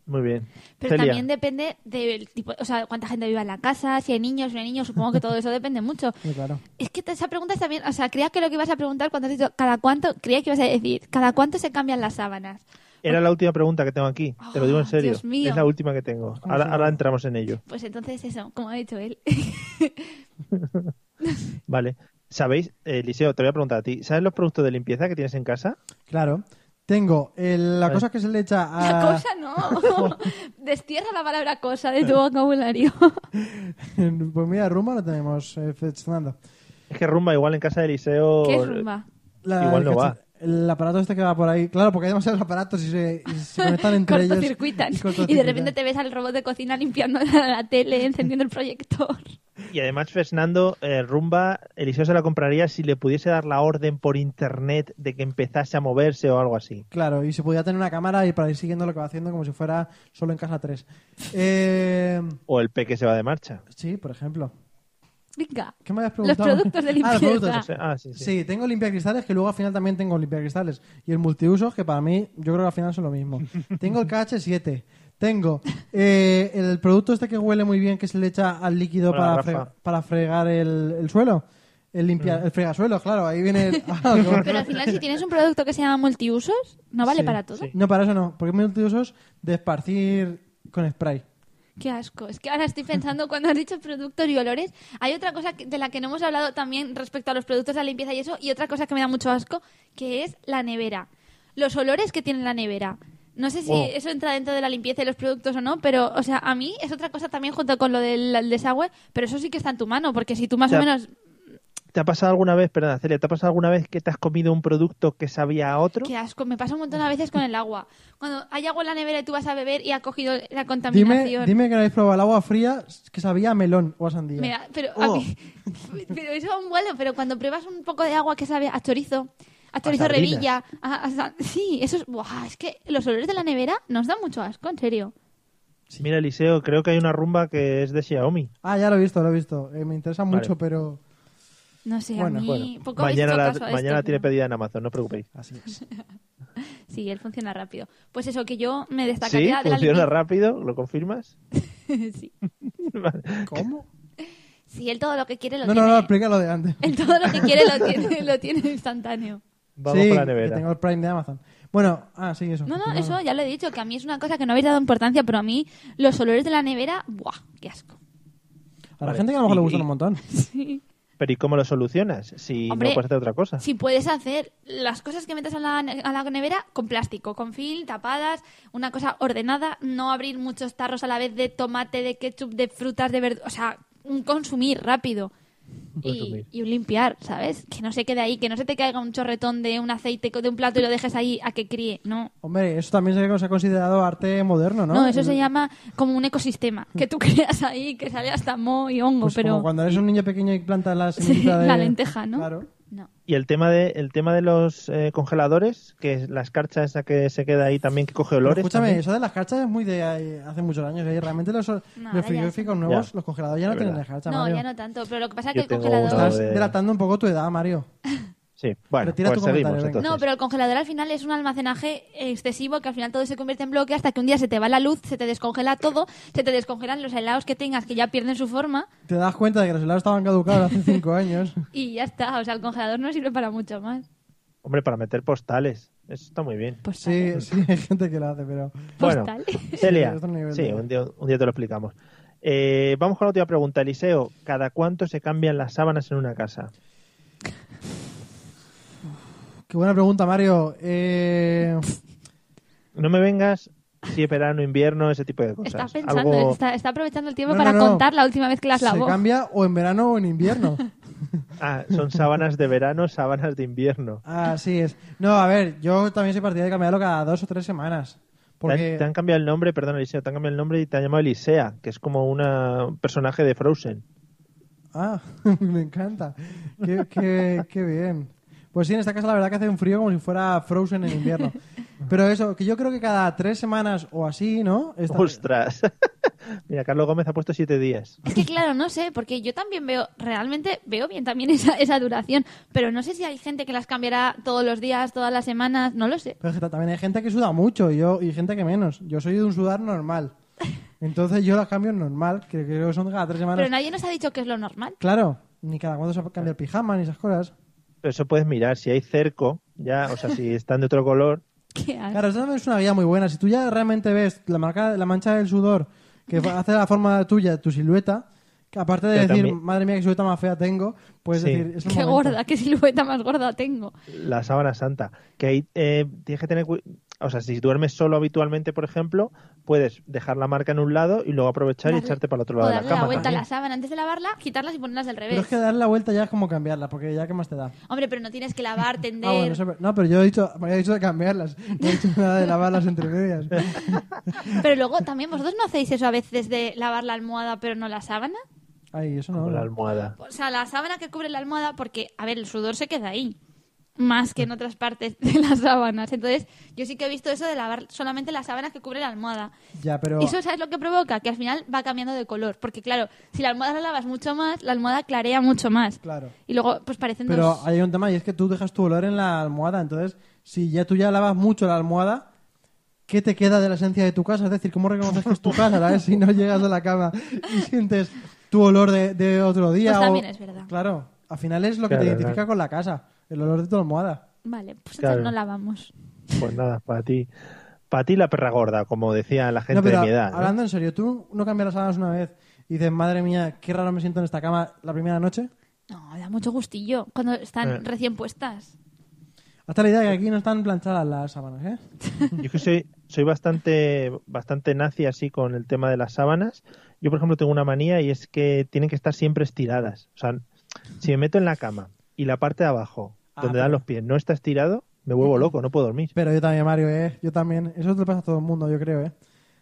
Speaker 3: Muy bien.
Speaker 6: Pero
Speaker 3: Celia,
Speaker 6: también depende del tipo, o sea, cuánta gente viva en la casa, si hay niños, si no hay niños, supongo que todo eso depende mucho.
Speaker 5: Muy claro.
Speaker 6: Es que esa pregunta está bien, o sea, creía que lo que ibas a preguntar cuando has dicho cada cuánto, creía que ibas a decir, cada cuánto se cambian las sábanas.
Speaker 3: Era la última pregunta que tengo aquí. Te lo digo en
Speaker 6: Oh,
Speaker 3: serio.
Speaker 6: Dios mío.
Speaker 3: Es la última que tengo. Ahora, ahora entramos en ello.
Speaker 6: Pues entonces eso, como ha dicho él.
Speaker 3: Vale. ¿Sabéis, eh, Eliseo, te voy a preguntar a ti. ¿Sabes los productos de limpieza que tienes en casa?
Speaker 5: Claro. Tengo el- la
Speaker 3: Vale.
Speaker 5: cosa que se le echa a...
Speaker 6: La cosa no. Destierra la palabra cosa de tu vocabulario.
Speaker 5: pues mira, rumba lo tenemos, eh, Fernando.
Speaker 3: Es que rumba igual en casa de Eliseo.
Speaker 6: ¿Qué es rumba?
Speaker 5: La-
Speaker 3: Igual no
Speaker 5: el
Speaker 3: va.
Speaker 5: El aparato este que va por ahí. Claro, porque hay demasiados aparatos y se, y se conectan entre ellos.
Speaker 6: Cortocircuitan. Y de repente te ves al robot de cocina limpiando la tele, encendiendo el proyector.
Speaker 3: Y además, Fernando, eh, rumba, Eliseo se la compraría si le pudiese dar la orden por internet de que empezase a moverse o algo así.
Speaker 5: Claro, y se podía tener una cámara y para ir siguiendo lo que va haciendo como si fuera solo en casa 3.
Speaker 3: O el peque se va de marcha.
Speaker 5: sí, por ejemplo.
Speaker 6: Venga.
Speaker 5: ¿Qué me habías preguntado?
Speaker 6: productos de
Speaker 5: Ah, los productos.
Speaker 6: limpieza.
Speaker 3: O sea, ah, sí, sí.
Speaker 5: Sí, tengo limpiacristales que luego al final también tengo limpiacristales. Y el multiusos que para mí yo creo que al final son lo mismo. tengo el KH7. Tengo eh, el producto este que huele muy bien que se le echa al líquido
Speaker 3: Hola,
Speaker 5: para,
Speaker 3: Rafa.
Speaker 5: fre- para fregar el, el suelo. El, limpia, el fregasuelo, claro. Ahí viene el... Ah, no.
Speaker 6: Pero al final, si tienes un producto que se llama multiusos, ¿no vale
Speaker 5: Sí,
Speaker 6: para todo?
Speaker 5: No, para eso no. Porque multiusos de esparcir con spray.
Speaker 6: Qué asco. Es que ahora estoy pensando, cuando has dicho productos y olores, hay otra cosa que- de la que no hemos hablado también respecto a los productos de la limpieza y eso, y otra cosa que me da mucho asco, que es la nevera. Los olores que tiene la nevera. No sé si
Speaker 3: Oh.
Speaker 6: eso entra dentro de la limpieza y los productos o no, pero, o sea, a mí es otra cosa también junto con lo del el desagüe, pero eso sí que está en tu mano, porque si tú más
Speaker 3: Ya.
Speaker 6: o menos...
Speaker 3: ¿Te ha pasado alguna vez, perdona, Celia, ¿te ha pasado alguna vez que te has comido un producto que sabía a otro?
Speaker 6: Qué asco, me pasa un montón a veces con el agua. Cuando hay agua en la nevera y tú vas a beber y ha cogido la
Speaker 5: Dime,
Speaker 6: contaminación.
Speaker 5: dime que habéis probado el agua fría que sabía a melón o a sandía.
Speaker 6: Me da- pero, a mí- pero eso es un vuelo, pero cuando pruebas un poco de agua que sabe a chorizo, a chorizo
Speaker 3: sardinas.
Speaker 6: revilla, a- a sa- sí, eso es, buah, es que los olores de la nevera nos dan mucho asco, en serio.
Speaker 3: Mira, Eliseo, creo que hay una rumba que es de Xiaomi.
Speaker 5: Ah, ya lo he visto, lo he visto. Eh, me interesa mucho, pero
Speaker 6: No sé,
Speaker 5: Bueno,
Speaker 6: a mí
Speaker 5: bueno.
Speaker 6: poco he
Speaker 3: Mañana
Speaker 6: hecho
Speaker 3: la,
Speaker 6: caso a este?
Speaker 3: mañana
Speaker 6: esto,
Speaker 3: tiene
Speaker 6: pero-
Speaker 3: pedida en Amazon, no os preocupéis.
Speaker 5: así es.
Speaker 6: Sí, él funciona rápido. Pues eso, que yo me
Speaker 3: Sí,
Speaker 6: destacaría de la
Speaker 3: funciona
Speaker 6: limpieza.
Speaker 3: rápido, ¿lo confirmas?
Speaker 6: sí.
Speaker 3: Vale.
Speaker 5: ¿Cómo?
Speaker 6: Sí, él todo lo que quiere lo
Speaker 5: No, no,
Speaker 6: tiene.
Speaker 5: no, explica lo de antes.
Speaker 6: Él todo lo que quiere lo tiene, lo tiene instantáneo.
Speaker 3: Vamos
Speaker 5: sí,
Speaker 3: para la
Speaker 5: que
Speaker 3: nevera.
Speaker 5: tengo el Prime de Amazon. Bueno, ah, sí, eso.
Speaker 6: No, no,
Speaker 5: Continuamos.
Speaker 6: eso ya lo he dicho, que a mí es una cosa que no habéis dado importancia, pero a mí los olores de la nevera, ¡buah! ¡Qué asco!
Speaker 5: A la
Speaker 3: Vale.
Speaker 5: gente que a lo mejor le
Speaker 3: Y-
Speaker 5: gustan
Speaker 3: y-
Speaker 5: un montón.
Speaker 6: Sí.
Speaker 3: Pero ¿y cómo lo solucionas? Si
Speaker 6: Hombre,
Speaker 3: no puedes hacer otra cosa.
Speaker 6: Si puedes hacer las cosas que metes a la, ne- a la nevera con plástico, con film, tapadas, una cosa ordenada, no abrir muchos tarros a la vez de tomate, de ketchup, de frutas, de verduras, o sea, un consumir rápido. Y,
Speaker 3: Consumir.
Speaker 6: y un limpiar, ¿sabes? Que no se quede ahí, que no se te caiga un chorretón de un aceite, co- de un plato y lo dejes ahí a que críe, no.
Speaker 5: Hombre, eso también se se ha considerado arte moderno, ¿no?
Speaker 6: No, eso se
Speaker 5: El-
Speaker 6: llama como un ecosistema, que tú creas ahí, que sale hasta moho y hongo,
Speaker 5: Pues
Speaker 6: pero...
Speaker 5: como cuando eres un niño pequeño y plantas la
Speaker 6: Sí,
Speaker 5: semillita de...
Speaker 6: la lenteja, ¿no?
Speaker 5: Claro.
Speaker 6: No.
Speaker 3: Y el tema de el tema de los eh, congeladores, que es la escarcha esa que se queda ahí también que coge
Speaker 5: Pero
Speaker 3: olores.
Speaker 5: escúchame,
Speaker 3: también.
Speaker 5: eso de las carchas es muy de eh, hace muchos años. ¿eh? Realmente los,
Speaker 6: Nada,
Speaker 5: los frigoríficos nuevos,
Speaker 3: Ya.
Speaker 5: los congeladores ya no
Speaker 3: Es
Speaker 5: tienen
Speaker 3: verdad.
Speaker 5: las carchas,
Speaker 6: No,
Speaker 5: Mario.
Speaker 6: ya no tanto, pero lo que pasa es que
Speaker 3: Yo
Speaker 6: el
Speaker 3: tengo
Speaker 6: congelador...
Speaker 3: uno
Speaker 5: Estás
Speaker 3: de-
Speaker 5: delatando un poco tu edad, Mario.
Speaker 3: Sí, bueno,
Speaker 5: Retira
Speaker 3: pues
Speaker 5: tu
Speaker 3: seguimos
Speaker 5: comentario, venga.
Speaker 3: entonces.
Speaker 6: No, pero el congelador al final es un almacenaje excesivo que al final todo se convierte en bloque hasta que un día se te va la luz, se te descongela todo, se te descongelan los helados que tengas que ya pierden su forma
Speaker 5: Te das cuenta de que los helados estaban caducados hace cinco años.
Speaker 6: y ya está. O sea, el congelador no sirve para mucho más.
Speaker 3: Hombre, para meter postales. Eso está muy bien.
Speaker 5: Pues
Speaker 6: Postales.
Speaker 5: Sí, sí, hay gente que lo hace, pero...
Speaker 3: Bueno,
Speaker 6: Postales.
Speaker 3: Celia,
Speaker 5: Sí, otro nivel
Speaker 3: sí,
Speaker 5: de-
Speaker 3: un día, un día te lo explicamos. Eh, vamos con la última pregunta, Eliseo. ¿Cada cuánto se cambian las sábanas en una casa?
Speaker 5: Qué buena pregunta, Mario. Eh...
Speaker 3: No me vengas si es verano, invierno, ese tipo de cosas.
Speaker 6: Está pensando,
Speaker 3: Algo-
Speaker 6: está, está aprovechando el tiempo
Speaker 5: No,
Speaker 6: para
Speaker 5: no, no.
Speaker 6: contar la última vez que las
Speaker 5: Se
Speaker 6: lavó.
Speaker 5: cambia o en verano o en invierno.
Speaker 3: Ah, son sábanas de verano, sábanas de invierno.
Speaker 5: Así es. No, a ver, yo también soy partidario de cambiarlo cada dos o tres
Speaker 3: Te
Speaker 5: semanas.
Speaker 3: han- Te,
Speaker 5: Porque...
Speaker 3: han, cambiado el nombre, perdón, Eliseo, te han cambiado el nombre y te han llamado Elisea, que es como una, un personaje de Frozen.
Speaker 5: Ah, me encanta. Qué, qué- qué bien. Pues sí, en esta casa la verdad que hace un frío como si fuera Frozen en invierno. Pero eso, que yo creo que cada tres semanas o así, ¿no? Esta-
Speaker 3: ¡Ostras! Mira, Carlos Gómez ha puesto siete días.
Speaker 6: Es que claro, no sé, porque yo también veo, realmente veo bien también esa, esa duración, pero no sé si hay gente que las cambiará todos los días, todas las semanas, no lo sé.
Speaker 5: Pero es que ta- también hay gente que suda mucho y, yo, y gente que menos. Yo soy de un sudar normal. Entonces yo las cambio normal, que creo que son cada tres semanas.
Speaker 6: Pero nadie nos ha dicho que es lo normal.
Speaker 5: Claro, ni cada cuándo se cambia el pijama ni esas cosas.
Speaker 3: Pero eso puedes mirar, si hay cerco, ya, o sea, si están de otro color.
Speaker 6: Qué asco.
Speaker 5: Claro, esa también es una guía muy buena. Si tú ya realmente ves la marca, la mancha del sudor que fa- hace la forma tuya, tu silueta, que aparte de
Speaker 3: Pero
Speaker 5: decir,
Speaker 3: también-
Speaker 5: madre mía, qué silueta más fea tengo, puedes
Speaker 3: Sí.
Speaker 5: decir, es el
Speaker 6: Qué
Speaker 5: momento.
Speaker 6: gorda, qué silueta más gorda tengo.
Speaker 3: La sábana santa. Que ahí eh, tienes que tener. cu- O sea, si duermes solo habitualmente, por ejemplo, puedes dejar la marca en un lado y luego aprovechar y
Speaker 6: Darle-
Speaker 3: echarte para el otro
Speaker 6: o
Speaker 3: lado de
Speaker 6: darle
Speaker 3: la
Speaker 6: la,
Speaker 3: cama.
Speaker 6: vuelta a la
Speaker 3: también.
Speaker 6: sábana antes de lavarla, quitarlas y ponerlas al revés.
Speaker 5: Pero es que darle la vuelta ya es como cambiarla, porque ya qué más te da.
Speaker 6: Hombre, pero no tienes que lavar, tender.
Speaker 5: Ah, bueno, eso- no, pero yo he dicho, me había dicho de cambiarlas, no he dicho nada de lavarlas entre medias.
Speaker 6: Pero luego también vosotros no hacéis eso a veces de lavar la almohada pero no la sábana.
Speaker 5: Ay, eso no.
Speaker 3: Con la almohada.
Speaker 6: O sea, la sábana que cubre la almohada porque, a ver, el sudor se queda ahí. Más
Speaker 5: Mm.
Speaker 6: que en otras partes de las sábanas. Entonces, yo sí que he visto eso de lavar solamente las sábanas que cubre la almohada.
Speaker 5: Ya, pero
Speaker 6: Y eso, ¿sabes lo que provoca? Que al final va cambiando de color. Porque, claro, si la almohada la lavas mucho más, la almohada clarea mucho más.
Speaker 5: Claro.
Speaker 6: Y luego, pues parecen
Speaker 5: Pero
Speaker 6: dos...
Speaker 5: hay un tema y es que tú dejas tu olor en la almohada. Entonces, si ya tú ya lavas mucho la almohada, ¿qué te queda de la esencia de tu casa? Es decir, ¿cómo reconoces que es tu casa? ¿sabes? Si no llegas a la cama y sientes tu olor de, de otro día.
Speaker 6: Pues
Speaker 5: o-
Speaker 6: también es verdad.
Speaker 5: Claro, al final es lo que te
Speaker 3: Claro,
Speaker 5: identifica
Speaker 3: claro.
Speaker 5: con la casa, el olor de tu almohada.
Speaker 6: Vale, pues
Speaker 3: Claro.
Speaker 6: entonces no lavamos.
Speaker 3: Pues nada, para ti. Para ti la perra gorda, como decía la gente
Speaker 5: no, pero
Speaker 3: de mi edad. ¿no?
Speaker 5: hablando en serio, ¿tú no cambias las sábanas una vez y dices, madre mía, qué raro me siento en esta cama la primera noche?
Speaker 6: No, da mucho gustillo cuando están
Speaker 3: Eh.
Speaker 6: recién puestas.
Speaker 5: Hasta la idea de que aquí no están planchadas las sábanas, ¿eh?
Speaker 3: Yo es que soy, soy bastante, bastante nazi así con el tema de las sábanas. Yo, por ejemplo, tengo una manía y es que tienen que estar siempre estiradas. O sea, si me meto en la cama y la parte de abajo,
Speaker 5: Ah,
Speaker 3: donde
Speaker 5: pero-
Speaker 3: dan los pies, no está estirado, me vuelvo loco, no puedo dormir.
Speaker 5: Pero yo también, Mario, ¿eh? Yo también. Eso te pasa a todo el mundo, yo creo, ¿eh?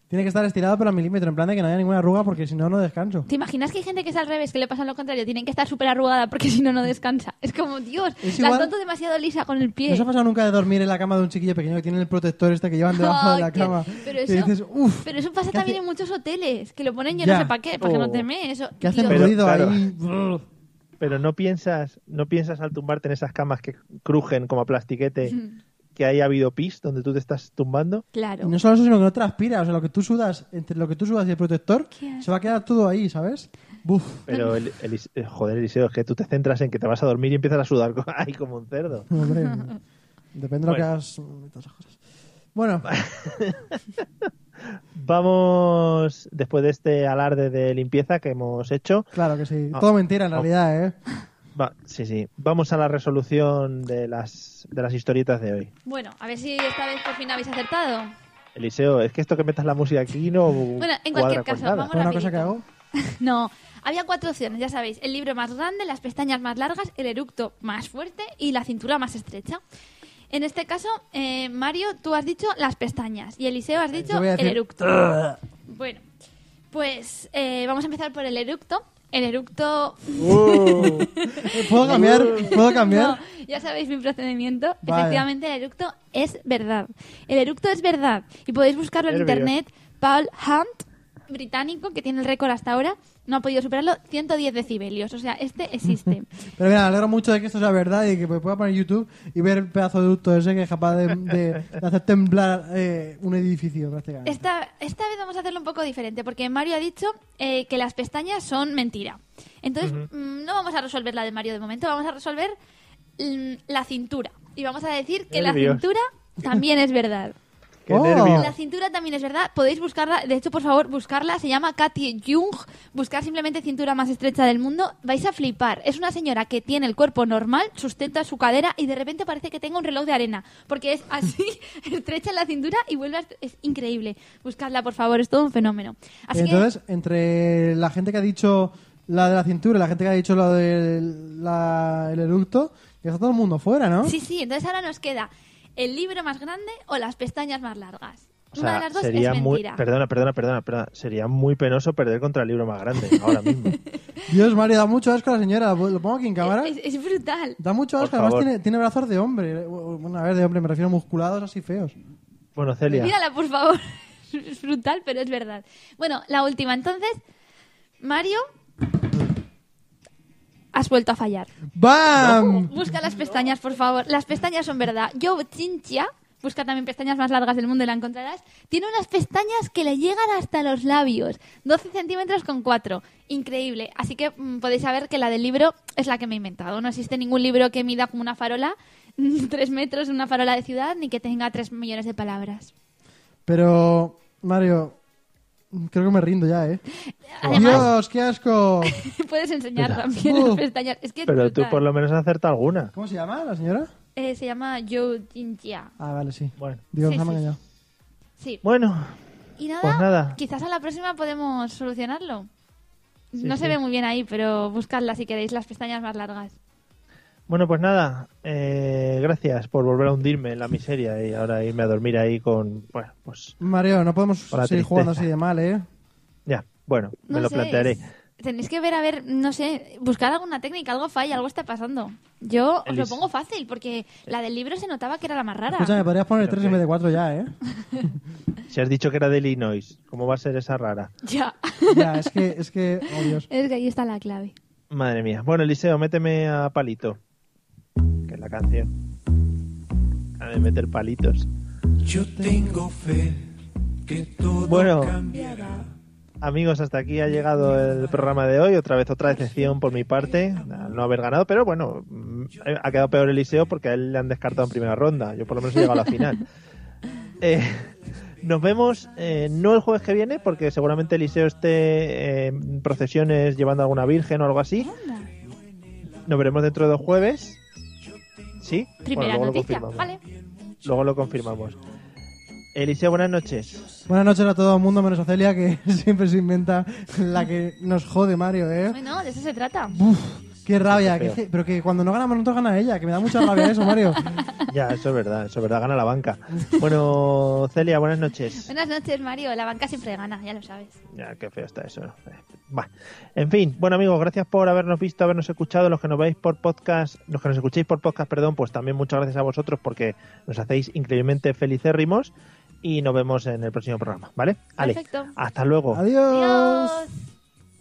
Speaker 5: Tiene que estar estirado pero al milímetro, en plan de que no haya ninguna arruga porque si no, no descanso.
Speaker 6: ¿Te imaginas que hay gente que es al revés, que le pasa lo contrario? Tienen que estar súper arrugada porque si no, no descansa. Es como, Dios,
Speaker 5: Es
Speaker 6: la
Speaker 5: igual-
Speaker 6: tonto demasiado lisa con el pie.
Speaker 5: ¿No os ha pasado nunca de dormir en la cama de un chiquillo pequeño que tiene el protector este que llevan debajo de
Speaker 6: Ay,
Speaker 5: la
Speaker 6: que-
Speaker 5: cama?
Speaker 6: pero
Speaker 5: Y
Speaker 6: eso-
Speaker 5: dices, uff,
Speaker 6: Pero eso pasa
Speaker 5: ¿qué
Speaker 6: también
Speaker 5: hace-
Speaker 6: en muchos hoteles, que lo ponen yo
Speaker 5: Ya.
Speaker 6: no sé para qué, para que no
Speaker 3: Oh.
Speaker 6: teme eso.
Speaker 5: que hacen
Speaker 6: Dios.
Speaker 3: Pero,
Speaker 5: ruido
Speaker 3: claro.
Speaker 5: ahí. brr.
Speaker 3: Pero no piensas, no piensas al tumbarte en esas camas que crujen como a plastiquete, que haya habido pis donde tú te estás tumbando.
Speaker 6: Claro.
Speaker 5: Y no solo eso, sino que no transpira. O sea, lo que tú sudas, entre lo que tú sudas y el protector,
Speaker 6: Qué
Speaker 5: se va a quedar todo ahí, ¿sabes? Buf.
Speaker 3: Pero, el, Elis- eh, joder, Eliseo, es que tú te centras en que te vas a dormir y empiezas a sudar co- ahí como un cerdo.
Speaker 5: Hombre, depende de lo que
Speaker 3: Bueno.
Speaker 5: hagas. mm, todas esas cosas. Bueno,
Speaker 3: Vamos, después de este alarde de limpieza que hemos hecho,
Speaker 5: claro que sí.
Speaker 3: Ah.
Speaker 5: Todo mentira en
Speaker 3: Ah.
Speaker 5: realidad, ¿eh?
Speaker 3: va- sí, sí, vamos a la resolución de las, de las historietas de hoy.
Speaker 6: Bueno, a ver si esta vez por fin habéis acertado.
Speaker 3: Eliseo, es que esto que metas la música aquí no
Speaker 6: Bueno, en
Speaker 3: cuadra con
Speaker 6: cualquier caso,
Speaker 3: nada.
Speaker 6: vamos
Speaker 5: Fue una cosa que hago.
Speaker 6: rapidito. No, había cuatro opciones, ya sabéis. El libro más grande, las pestañas más largas, el eructo más fuerte y la cintura más estrecha. En este caso, eh, Mario, tú has dicho las pestañas y Eliseo has dicho
Speaker 5: Yo voy a
Speaker 6: el
Speaker 5: decir-
Speaker 6: eructo. Bueno, pues eh, vamos a empezar por el eructo. El eructo...
Speaker 5: ¿Puedo cambiar? ¿Puedo cambiar?
Speaker 6: Mm. No, ya sabéis mi procedimiento.
Speaker 5: Vale.
Speaker 6: Efectivamente, el eructo es verdad. El eructo es verdad. Y podéis buscarlo en
Speaker 3: Nervios.
Speaker 6: internet. Paul Hunt, británico, que tiene el récord hasta ahora, no ha podido superarlo. 110 decibelios. O sea, este existe.
Speaker 5: Pero mira, me alegro mucho de que esto sea verdad y que me pueda poner YouTube y ver el pedazo de ducto ese que es capaz de, de- de hacer temblar eh, un edificio prácticamente.
Speaker 6: Esta, esta vez vamos a hacerlo un poco diferente, porque Mario ha dicho eh, que las pestañas son mentira. Entonces, mm, no vamos a resolver la de Mario de momento, vamos a resolver mm, la cintura. Y vamos a decir que la
Speaker 3: Nervios.
Speaker 6: cintura también es verdad.
Speaker 3: Qué
Speaker 5: Oh.
Speaker 3: nervios.
Speaker 6: La cintura también es verdad. Podéis buscarla. De hecho, por favor, buscarla. Se llama Katy Jung. Buscar simplemente cintura más estrecha del mundo. Vais a flipar. Es una señora que tiene el cuerpo normal, sustenta su cadera y de repente parece que tenga un reloj de arena. Porque es así, estrecha la cintura y vuelve a... est- Es increíble. Buscadla, por favor. Es todo un fenómeno. Así
Speaker 5: Entonces, entre la gente que ha dicho la de la cintura y la gente que ha dicho la del la- el eructo, ya está todo el mundo fuera, ¿no?
Speaker 6: que... Sí, sí. Entonces ahora nos queda el libro más grande o las pestañas más largas.
Speaker 3: O
Speaker 6: una
Speaker 3: sea,
Speaker 6: de las dos
Speaker 3: sería
Speaker 6: es
Speaker 3: muy,
Speaker 6: mentira.
Speaker 3: perdona, perdona, perdona, perdona, sería muy penoso perder contra el libro más grande ahora mismo.
Speaker 5: Dios, Mario, da mucho asco a la señora. ¿Lo pongo aquí en cámara?
Speaker 6: Es- es brutal.
Speaker 5: Da mucho
Speaker 3: Por
Speaker 5: asco. Además,
Speaker 3: favor.
Speaker 5: tiene, tiene brazos de hombre. Eh, Bueno, a ver, de hombre, me refiero a musculados así feos.
Speaker 3: Bueno, Celia,
Speaker 6: Mírala, por favor. Es brutal, pero es verdad. Bueno, la última. Entonces, Mario, has vuelto a fallar.
Speaker 5: ¡Bam!
Speaker 6: Busca las pestañas, por favor. Las pestañas son verdad. Yo, Chinchia, busca también pestañas más largas del mundo y la encontrarás. Tiene unas pestañas que le llegan hasta los labios. 12 centímetros con 4. Increíble. Así que mm, podéis saber que la del libro es la que me he inventado. No existe ningún libro que mida como una farola, 3 metros, una farola de ciudad, ni que tenga 3 millones de palabras.
Speaker 5: Pero, Mario, creo que me rindo ya, ¿eh?
Speaker 6: Además,
Speaker 5: Dios, qué asco.
Speaker 6: Puedes enseñar
Speaker 3: Mira.
Speaker 6: también
Speaker 5: Uh.
Speaker 6: las pestañas. Es que es
Speaker 3: pero tú
Speaker 6: brutal.
Speaker 3: por lo menos acerta alguna.
Speaker 5: ¿Cómo se llama la señora?
Speaker 6: Eh, se llama Joe Jinja.
Speaker 5: Ah, vale, sí.
Speaker 3: Bueno,
Speaker 5: Digo,
Speaker 6: Sí,
Speaker 5: nos han
Speaker 6: sí.
Speaker 5: engañado.
Speaker 6: Sí.
Speaker 3: bueno,
Speaker 6: Y nada,
Speaker 3: pues nada.
Speaker 6: quizás a la próxima podemos solucionarlo.
Speaker 3: Sí,
Speaker 6: no se
Speaker 3: sí.
Speaker 6: ve muy bien ahí, pero buscadla si queréis las pestañas más largas.
Speaker 3: bueno, pues nada. eh, gracias por volver a hundirme en la miseria y ahora irme a dormir ahí con, bueno, pues
Speaker 5: Mario, no podemos
Speaker 3: Con la
Speaker 5: seguir jugando
Speaker 3: tristeza.
Speaker 5: así de mal, ¿eh?
Speaker 3: ya, bueno,
Speaker 6: No
Speaker 3: me lo
Speaker 6: sé,
Speaker 3: plantearé.
Speaker 6: es- Tenéis que ver, a ver, no sé, buscar alguna técnica, algo falla, algo está pasando. Yo os lo
Speaker 3: Elis.
Speaker 6: pongo fácil, porque la del libro se notaba que era la más rara.
Speaker 5: Escúchame, podrías poner
Speaker 3: Pero
Speaker 5: 3
Speaker 3: qué.
Speaker 5: en vez de 4 ya, ¿eh?
Speaker 3: Si has dicho que era de Illinois, ¿cómo va a ser esa rara?
Speaker 6: Ya,
Speaker 5: ya, es que, es que, oh Dios.
Speaker 6: es que ahí está la clave.
Speaker 3: Madre mía. Bueno, Eliseo, méteme a palito, que es la canción. A ver, meter palitos.
Speaker 8: Yo tengo fe que todo
Speaker 3: Bueno.
Speaker 8: cambiará.
Speaker 3: Amigos, hasta aquí ha llegado el programa de hoy. Otra vez otra decepción por mi parte, al no haber ganado, pero bueno, mm, ha quedado peor Eliseo porque a él le han descartado en primera ronda. Yo por lo menos he llegado a la final. Eh, nos vemos eh, no el jueves que viene, porque seguramente Eliseo esté eh, en procesiones llevando alguna virgen o algo así. Nos veremos dentro de dos jueves. ¿Sí? Bueno,
Speaker 6: Primera
Speaker 3: luego lo
Speaker 6: noticia,
Speaker 3: confirmamos.
Speaker 6: vale.
Speaker 3: Luego lo confirmamos. Eliseo, buenas noches.
Speaker 5: Buenas noches a todo el mundo, menos a Celia, que siempre se inventa la que nos jode, Mario, ¿eh?
Speaker 6: Bueno, de eso se trata.
Speaker 5: Qué rabia.
Speaker 3: Qué
Speaker 5: que
Speaker 3: feo.
Speaker 5: es que- pero que cuando no ganamos nosotros gana ella, que me da mucha rabia eso, Mario.
Speaker 3: Ya, eso es verdad, eso es verdad, gana la banca. Bueno, Celia, buenas noches.
Speaker 6: Buenas noches, Mario. La banca siempre gana, ya lo sabes.
Speaker 3: Ya, qué feo está eso. Bah. En fin, bueno amigos, gracias por habernos visto, habernos escuchado. Los que nos veis por podcast, los que nos escuchéis por podcast, perdón, pues también muchas gracias a vosotros porque nos hacéis increíblemente felicérrimos y nos vemos en el próximo programa, ¿vale? Ale,
Speaker 6: Perfecto.
Speaker 3: hasta luego.
Speaker 5: Adiós.
Speaker 6: Adiós.